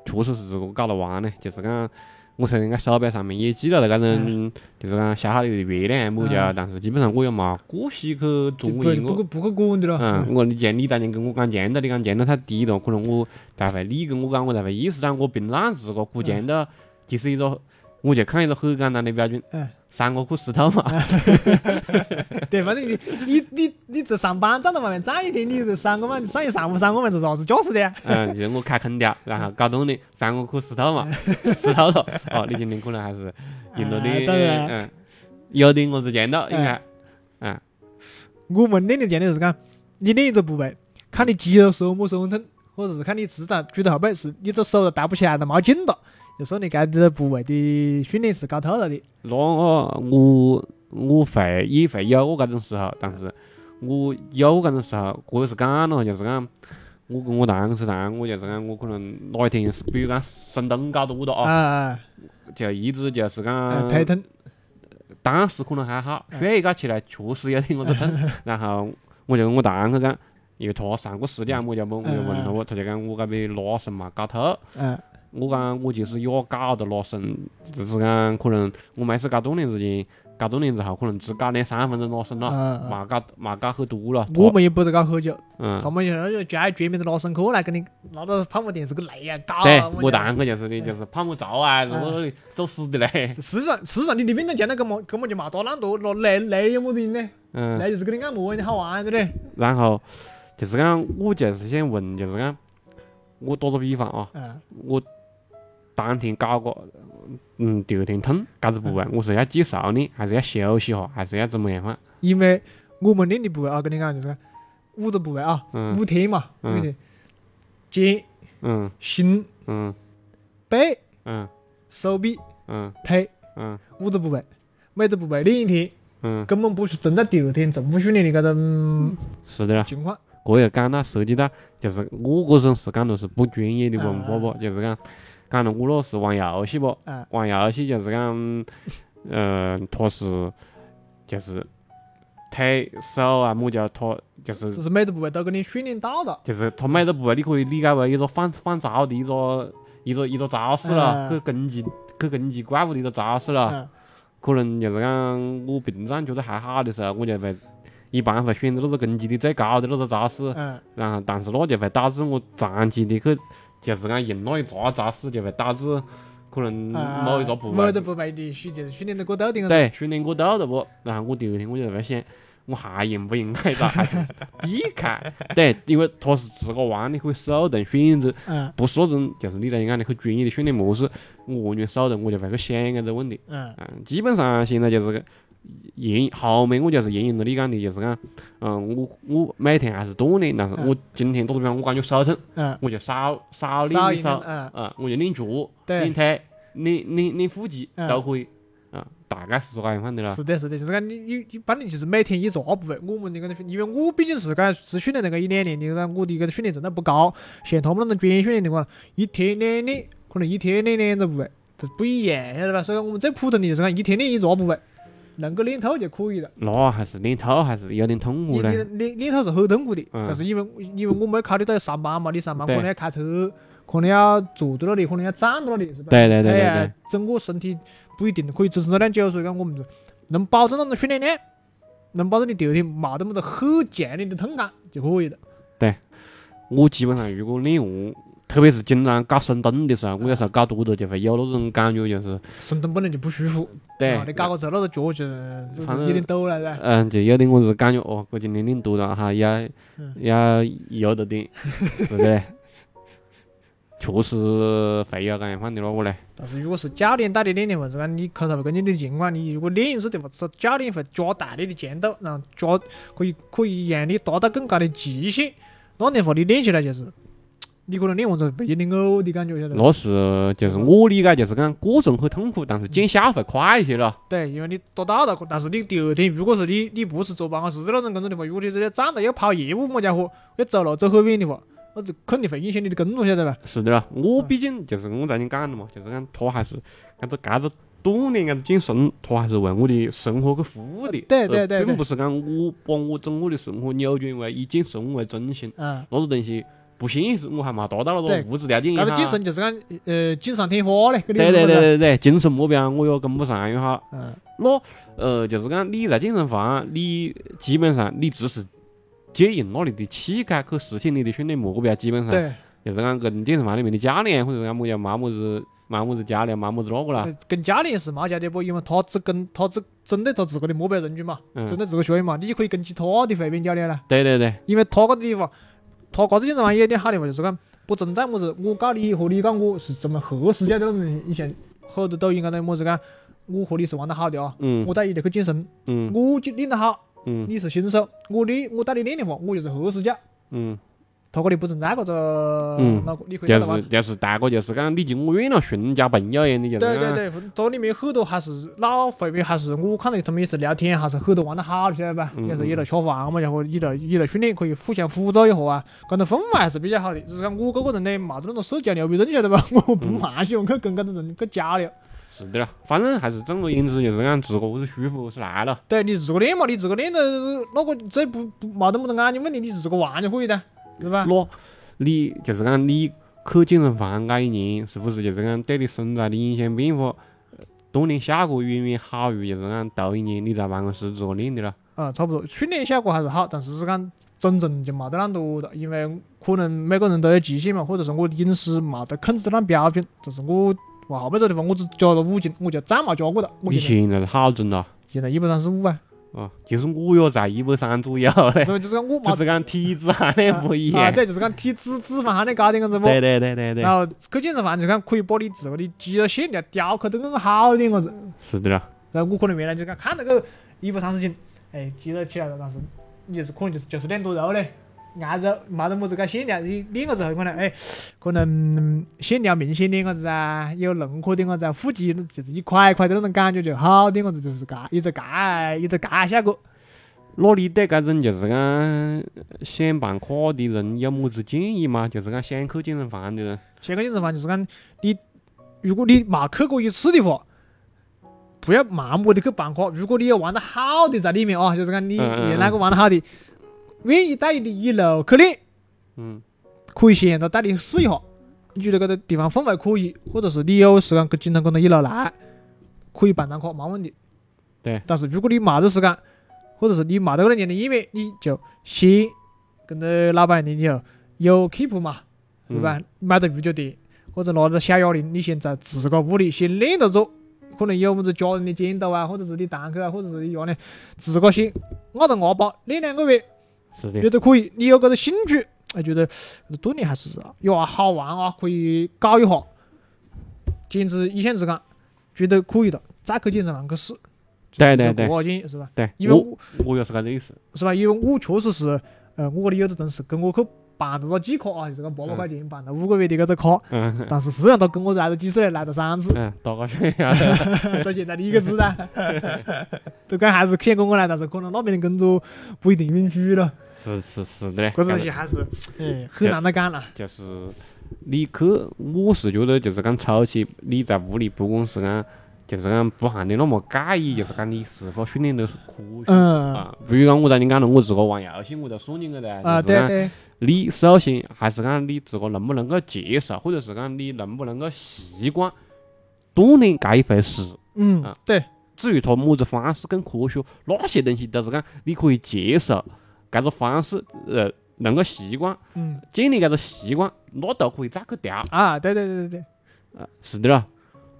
B: 确实是自个搞得完呢，就是讲。我虽然讲手表上面也记了搿种，
C: 哎
B: 就是讲消耗的月亮目标，
C: 嗯
B: 但是基本上我也没过细去
C: 就
B: 琢
C: 不
B: 磨一个
C: 不不不去管 的咯。
B: 嗯，我你像你当年跟我讲强调，你讲强调太低了，可能我才会你跟我讲，我才会意识到我平常自个估强调，其实一个我就看一个很简单的标准
C: 嗯，
B: 三个裤石头
C: 哎
B: 嘛，
C: 对，反正你你你你在上班站到外面站一天，你这三个万上一上午三个万是啥子架势的呀？
B: 嗯，就是我开空调，然后搞动力，三个裤石头嘛，石头了，哦，你今天可能还是用到的，
C: 啊哎当然哎
B: 嗯，有点我是强调，应该，
C: 我们练的讲的就是讲，你练一个部位，看你肌肉酸不酸痛，或者是看你啊磁场举到后背是你这手都抬不起来了，没劲了，就说你该这个部位的训练是搞透了的。
B: 那我我会也会有我搿种时候，但是我有搿种时候，我也是讲咯，就是讲我跟我堂是堂，我就是讲我可能哪一天是比如讲深蹲搞多了
C: 啊
B: 啊，
C: 啊，
B: 就一直就是
C: 啊
B: 讲
C: 腿疼，
B: 当时可能还好，血一搞起来确实有点我子疼。然后我就跟我堂去讲，因为他上过私家，我就问我就问他，我他就讲我这边拉伸嘛搞透。
C: 嗯
B: 我讲我其实也搞得拉伸，只是讲可能我每次搞锻炼之前，搞锻炼之后可能只搞两三分钟拉伸了，
C: 嗯，嗯
B: 嘛搞嘛搞很多了。
C: 我们也不是搞喝酒，
B: 嗯，
C: 他们有那种专专门的拉伸课来给你拿到泡沫垫是个累呀，搞
B: 对
C: 啊，
B: 我
C: 讲
B: 堂哥就是的，就是泡沫轴啊，是
C: 嗯
B: 我走死的嘞。
C: 事实上，事实上，你的运动强那个嘛，根本就没大那么多，那累累有么子用呢？
B: 嗯，
C: 累就是给你按摩，你好玩，对不对？
B: 然后就是讲我就是想问，就是讲我打个比方啊。
C: 嗯
B: 我当天搞过，嗯，第二天痛，搿子部位我是要继续呢，还是要休息下，还是要怎么样嘛？啊
C: 因为我们练的部位啊，跟你讲就是五个部位啊，
B: 嗯
C: 五天嘛，
B: 嗯
C: 五天，肩、
B: 嗯
C: 心、
B: 嗯
C: 背、
B: 嗯
C: 手臂、
B: 嗯
C: 腿，
B: 嗯
C: 五个部位，每个部位练一天，
B: 嗯，
C: 根本不是存在第二天重复训练的这种
B: 是的啦。
C: 情况。
B: 搿也讲到涉及到，就是我个人是讲的是不专业的文化
C: 啊
B: 啵，就是讲，讲了我那是玩游戏啵
C: 啊，
B: 玩游戏就是讲，呃，他是就是腿手啊么叫他就是
C: 就是每个部位都给你训练到了。
B: 就是他每个部位，你可以理解为一个反反潮的一个一个一个招式了，
C: 嗯
B: 去攻击去攻击怪物的一个招式了。
C: 嗯
B: 可能就是讲我平常觉得还好的时候，我就会一般会选择那个攻击力最高的那个招式，
C: 嗯
B: 然后但是那就会导致我长期的去就是讲用那一个招式，就会导致可能
C: 啊，
B: 嗯某一个部
C: 某
B: 位
C: 个部位的训就是训练得过头的。，
B: 对，训练过度了不？然后我第二天我就在想，我还应不应该咋还是 避开？对，因为它是自个玩，你可以手动选择，
C: 嗯
B: 不是那种就是你在讲的很专业的训练模式，我完全手动我就会去想这个问题。
C: 嗯
B: 嗯，基本上现在就是个沿后面我就是沿用了你讲的，就是讲，嗯，我我每天还是锻炼，但是
C: 嗯
B: 我今天打个比方，我感觉手疼，
C: 嗯，
B: 我就少少
C: 少
B: 练一
C: 一
B: 手
C: 点，，嗯
B: 啊，我就练脚、
C: 对
B: 练腿、练练练腹肌
C: 嗯
B: 都可以，啊，大概是这个样范的啦。
C: 是的，是的，就是讲你你一般的就是每天一个部位，我们那个因为我毕竟是讲只训练那个一两年的，讲我的个训练程度不高，像他们那种专业训练的话，一天练练，可能一天练两个部位，这不一样，晓得吧？所以讲我们最普通的就是讲一天练一个部位，能够练透就可以了。
B: 那还是练透还是有点痛
C: 你
B: 苦
C: 你
B: 嘞。
C: 练练透是很痛苦的，
B: 嗯
C: 但是因为因为我没考虑到上班嘛，你上班可
B: 对
C: 能要开车，可能要坐到那里，可能要站到那里，是吧？
B: 对对对对
C: 呀
B: 对，
C: 啊整个身体不一定可以支撑到那久，所以讲我们能保证那种训练量，能保证你第二天没得么子很强烈的痛感啊就可以了。
B: 我基本上如果练完，特别是经常搞深蹲的时候，我有时候搞多了就会有那种感觉，就是哦
C: 深蹲本来就不舒服，
B: 对
C: 啊，你搞个之后那个脚就呃
B: 反
C: 就
B: 正
C: 有点抖了，是吧？
B: 嗯，就有点我是感觉哦，我今天练多了哈，要
C: 嗯
B: 要有得点，对不对？ 确实会有这样范的咯，我嘞，
C: 但是如果是教练带你练的话，是讲你口头跟你的情况，你如果练一次的话，说教练会加大你的强度，然后加可以可以让你达到更高的极限。那样的话，你练起来就是，你可能练完之后会有点呕哦的感觉，晓得吧？
B: 那是就是我理解就是讲过程很痛苦，但是见效会快一些咯。
C: 对，因为你达到了，但是你第二天如果是你你不是做办公室那种工作的话，如果你是要站着要跑业务么家伙，要走路走很远的话，那就肯定会影响你的工作，晓得吧？
B: 是的啦，我
C: 嗯
B: 毕竟就是我之前讲的嘛，就是讲他还是搿个搿个锻炼搿个健身，他还是为我的生活去服务的。而
C: 对对对对
B: 并不是讲我把我整个的生活扭转为以健身为中心，
C: 嗯，
B: 那个东西不现实，我还没达到那
C: 对
B: 个物质条件也
C: 那
B: 好。
C: 个健身就是讲呃锦上添花嘞，跟你
B: 对对
C: 说
B: 对
C: 的，
B: 对对，精神目标我也跟不上也好。
C: 嗯
B: 那呃，就是讲你在健身房，你基本上你只是借用那里的器械去实现你的训练目标，基本上。
C: 对，
B: 就是讲跟健身房里面的教练，或者讲么叫没么子没么子教练，没么子那个啦，
C: 呃跟教练是没交的不，因为他只跟他只针对他自个的目标人群嘛，
B: 嗯
C: 针，对自个学员嘛，你可以跟其他的会变教练啦，
B: 对对对，
C: 因为他搿个地方，他搿个健身房有一点好的嘛，就是讲不存在么子我教你和你讲我是怎么合适教这种，以前很多抖音高头么子讲我和你是玩得好的啊，
B: 嗯
C: 我带你去健身，
B: 嗯
C: 我就练得好，
B: 嗯
C: 你是新手，我练我带你练的话，我就是合适教。
B: 嗯，
C: 脱口里不存在搿种
B: 嗯
C: 脑壳，你可以
B: 就
C: 晓得伐
B: 是？就是大哥就是讲你敬我远了寻交朋友一样的，就是
C: 对对
B: 讲
C: 对，这里面很多还是老回面还是我看到他们也是聊天，还是很多玩得好的，晓得吧？
B: 嗯
C: 也是一路吃饭嘛，然后一路一路训练，可以互相辅导一下啊，搿种氛围还是比较好的。只是讲我个个人呢，冇得那种社交牛逼症，晓得吧？ 我不
B: 嗯
C: 蛮喜欢去跟搿种人去交流。
B: 是的啦，反正还是总而言之就是讲自个是舒服是来了，
C: 对你自个练嘛，你自个练的那个这不不冇得么子眼睛问题，你自个玩就可以的，是吧？
B: 那你就是讲你去健身房搿一年，是不是就是讲对你身材的影响变化，呃锻炼效果远远好于就是讲头一年你在办公室自个练的啦？
C: 啊，差不多，训练效果还是好，但是是讲真正就冇得那么多了，因为可能每个人都有极限嘛，或者是我饮食冇得控制得那么标准，就是我往后背这地方我只加了五斤，我就再冇加过了，我
B: 你
C: 现
B: 现
C: 在
B: 在是好重了
C: 现在一百三十五啊，
B: 啊，其实我也在一百三左右 嘞，
C: 所以就是讲我
B: 只
C: 冇
B: 是讲体质含量不一
C: 啊，
B: 样。
C: 对，就是讲体脂脂肪含量高点样子不？
B: 对对对对对
C: 然，后去健身房就讲可以把你自个的肌肉线条雕刻得更好一点样子，
B: 是的啦，
C: 然后我可能原来就讲看那个一百三十斤，哎，肌肉起来了，但是你就是可能就是就是练多肉嘞，挨肉没得么子个线条，你练个时候可能哎，可能线条明显点个子啊，有轮廓点个子啊，腹肌就是一块一块的那种感觉就好点个子，就是嘎一直嘎一直嘎效果。
B: 那你对搿种就是讲想办卡的人有么子建议吗？就是讲想去健身房的人，
C: 先去健身房就是讲你，如果你冇去过一次的话。不要盲目的去办卡。如果你有玩得好的在里面啊，就是讲你
B: 嗯嗯嗯
C: 原来个玩得好的，愿意带你一路去练，
B: 嗯，
C: 可以先让他带你试一下，你觉得搿个地方氛围可以，或者是你有时间去经常跟他一路来，可以办张卡没问题。
B: 对。
C: 但是如果你没得时间，或者是你没得搿个年龄意愿，你就先跟着老板，你就有 keep 嘛，
B: 嗯
C: 对吧？买个瑜伽垫，或者拿着小哑铃，你先在自个屋里先练着做。可能有么子家人的监督啊，或者是你堂客啊，或者是你伢呢，自个先压着牙巴练两个月，
B: 是
C: 觉
B: 的，
C: 得可以，你有搿个兴趣，哎，觉得锻炼还是有啊好玩啊，可以搞一下。简直一向是讲，觉得可以的，再去健身房去试。
B: 对对对
C: 不要紧是吧？
B: 对，
C: 因为
B: 我
C: 我
B: 我也是搿个意思。
C: 是吧？因为我确实是，呃，我搿里有的同事跟我去办了个季卡啊，就是讲八百块钱办了五个月的搿个卡，
B: 嗯
C: 但是实际上他跟我来了几次了，来 了三次，
B: 嗯，打个圈 啊，
C: 到现在你一个字啊，都讲还是想跟我来，但是可能那边的工作不一定允许了，
B: 是是是的嘞，
C: 搿
B: 搿
C: 东
B: 个
C: 西还是，哎，很难得讲了。
B: 就是你去，我是觉得就是讲初期你在屋里，不管是讲啊就是讲不含的那么介意，就是讲你是否训练的科学。
C: 嗯
B: 啊，比如讲我在你讲了，我自个玩游戏，我就算进去的。
C: 啊，
B: 就是
C: 对
B: 讲
C: 对。
B: 你首先还是讲你自个能不能够接受，或者是讲你能不能够习惯锻炼搿一回事。
C: 嗯
B: 啊，
C: 对，
B: 至于它么子方式更科学，那些东西都是讲你可以接受搿个方式，呃，能够习惯，
C: 嗯
B: 建立搿个习惯，那都可以再去调。呃
C: 啊，对对对对对，
B: 是的啦，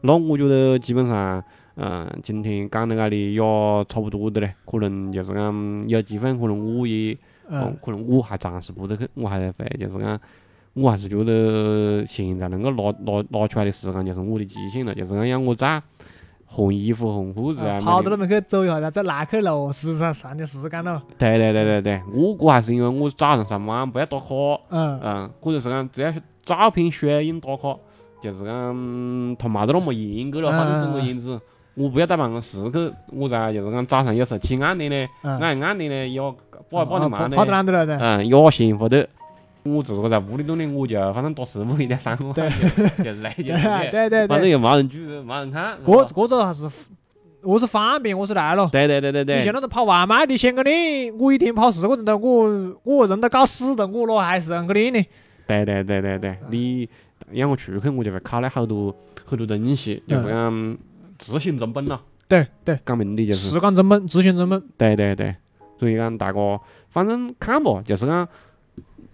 B: 那我觉得基本上，嗯、今天讲到搿里也差不多的嘞，可能就是讲有机会，可能我也。哦
C: 嗯，
B: 可能我还尝试不得去，我还会就是讲，我还是觉得现在能够拿拿拿出来的时间就是我的极限了，就是讲让我再换衣服、换裤子啊，
C: 啊跑
B: 买
C: 到那边去走一下，再来去咯，实上上的时间咯，
B: 对对对对对，我哥还是因为我早上上班不要打卡，
C: 嗯
B: 嗯，或者是讲只要照片水印打卡，就是讲嗯他没得那么严格了，反正总
C: 嗯
B: 而言之。我不要到办公室去，我才就是讲早上有时候起暗点嘞，
C: 嗯，啊
B: 暗暗点嘞，也
C: 跑
B: 报报的忙嘞，
C: 跑到哪里了？ 对，
B: 嗯，也幸福的。我自个在屋里锻炼，我就反正打十五一点三个，就 就累就累，
C: 对对
B: 反正
C: 对，
B: 又没人追，没人看。是
C: 各
B: 吧
C: 各种还是我是方便，我是来咯。
B: 对对对对
C: 你
B: 对，
C: 像那种跑外卖的，先去练，我一天跑十个钟头，我我人都搞死了，我哪还时间去练呢？
B: 对对对对对，你让我出去，我就会考虑好多好多东西，就是讲执行成本咯。
C: 对对，
B: 讲明的就是，
C: 时间成本、执行成本，
B: 对对对，所以讲大家反正看吧，就是讲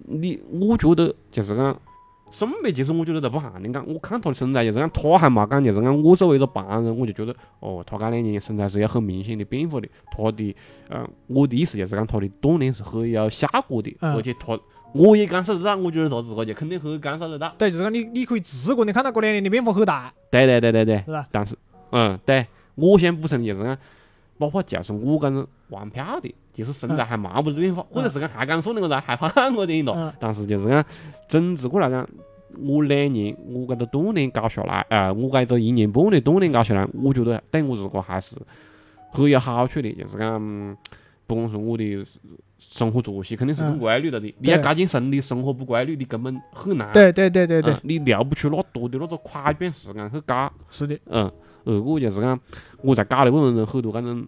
B: 你，我觉得就是讲。审美其实我觉得都不含的讲，我看他的身材就是讲，他还没讲，就是讲我作为一个旁人，我就觉得哦，他这两年身材是有很明显的变化的。他的，呃，我的意思就是讲，他的锻炼是很有效果的，
C: 嗯
B: 而且他我也感受得到，我觉得他自个就肯定很感受得到。
C: 对，就是讲你你可以直观的看到这两年的变化很大，
B: 对对对对对，
C: 是吧？
B: 但是，嗯，对，我想补充的就是讲，哪怕就是我讲玩票的，就是身
C: 嗯
B: 材还蛮不是变化，或者是讲还敢说那个人还胖过点咯
C: 嗯。
B: 但是就是讲，总之过来讲，我两年我搿个锻炼搞下来，呃，我搿个一年半的锻炼搞下来，我觉得对我自个还是很有好处的，就是讲，嗯不管是我的生活作息肯定是不
C: 嗯
B: 规律了的，你要搞健身，你生活不规律，你根本很难。
C: 对对对对对
B: 嗯，你聊不出那多的那个跨变时间去搞，
C: 是的，
B: 嗯，二个就是讲我在搞的过程中，很多搿种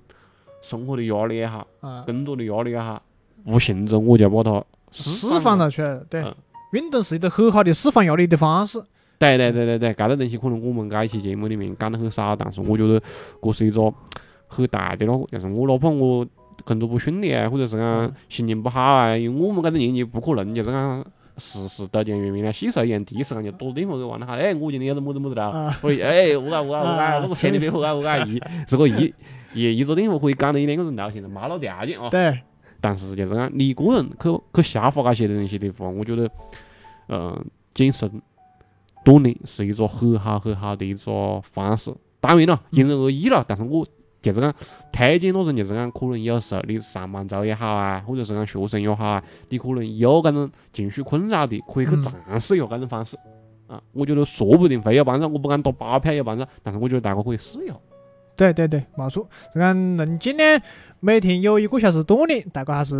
B: 生活的压力也好，
C: 啊，
B: 工作的压力也好，无形中我就把它释
C: 嗯释放
B: 了。
C: 了出来，对
B: 嗯，啊
C: 运动是一个很好的释放压力的方式，
B: 对对对对对，搿个东西可能我们搿一期节目里面讲得很少，但
C: 嗯
B: 是我觉得搿是一个很大的那个，就是我哪怕我工作不顺利啊，或者是讲
C: 嗯
B: 心情不好啊，因为我们搿个年纪不可能就是讲时时都像原原来细时候一样，第一时间就打电话给玩了哈，哎，我今天要得么子么子了。
C: 啊，
B: 我哎，我讲我讲我
C: 啊
B: 讲，我千里别我讲我讲一，这个一一一个电话可以讲得一两个钟头，现在没那条件啊。
C: 对，
B: 但是就是讲你个人去去消化这些东西的话，我觉得，呃，健身锻炼是一个很好很好的一个方式。当然了，因人而异了。但是我就是讲推荐那种，就是讲可能有时候你上班族也好啊，或者是讲学生也好啊，你可能有搿种情绪困扰的，可以去
C: 嗯
B: 尝试一下搿种方式。啊，我觉得说不定会有帮助，我不敢打包票有帮助，但是我觉得大家可以试一下。
C: 对对对，没错。这个能尽量每天有一个小时锻炼，大家还是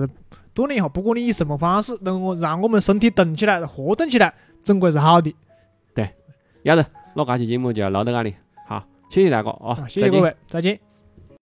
C: 锻炼一下，不管你以什么方式，能够让我们身体动起来、活动起来，总归是好的。
B: 要得，那这期节目就录到这里，好，谢谢大家啊哦
C: 啊，，谢
B: 再
C: 谢
B: 见
C: 各。位，再见。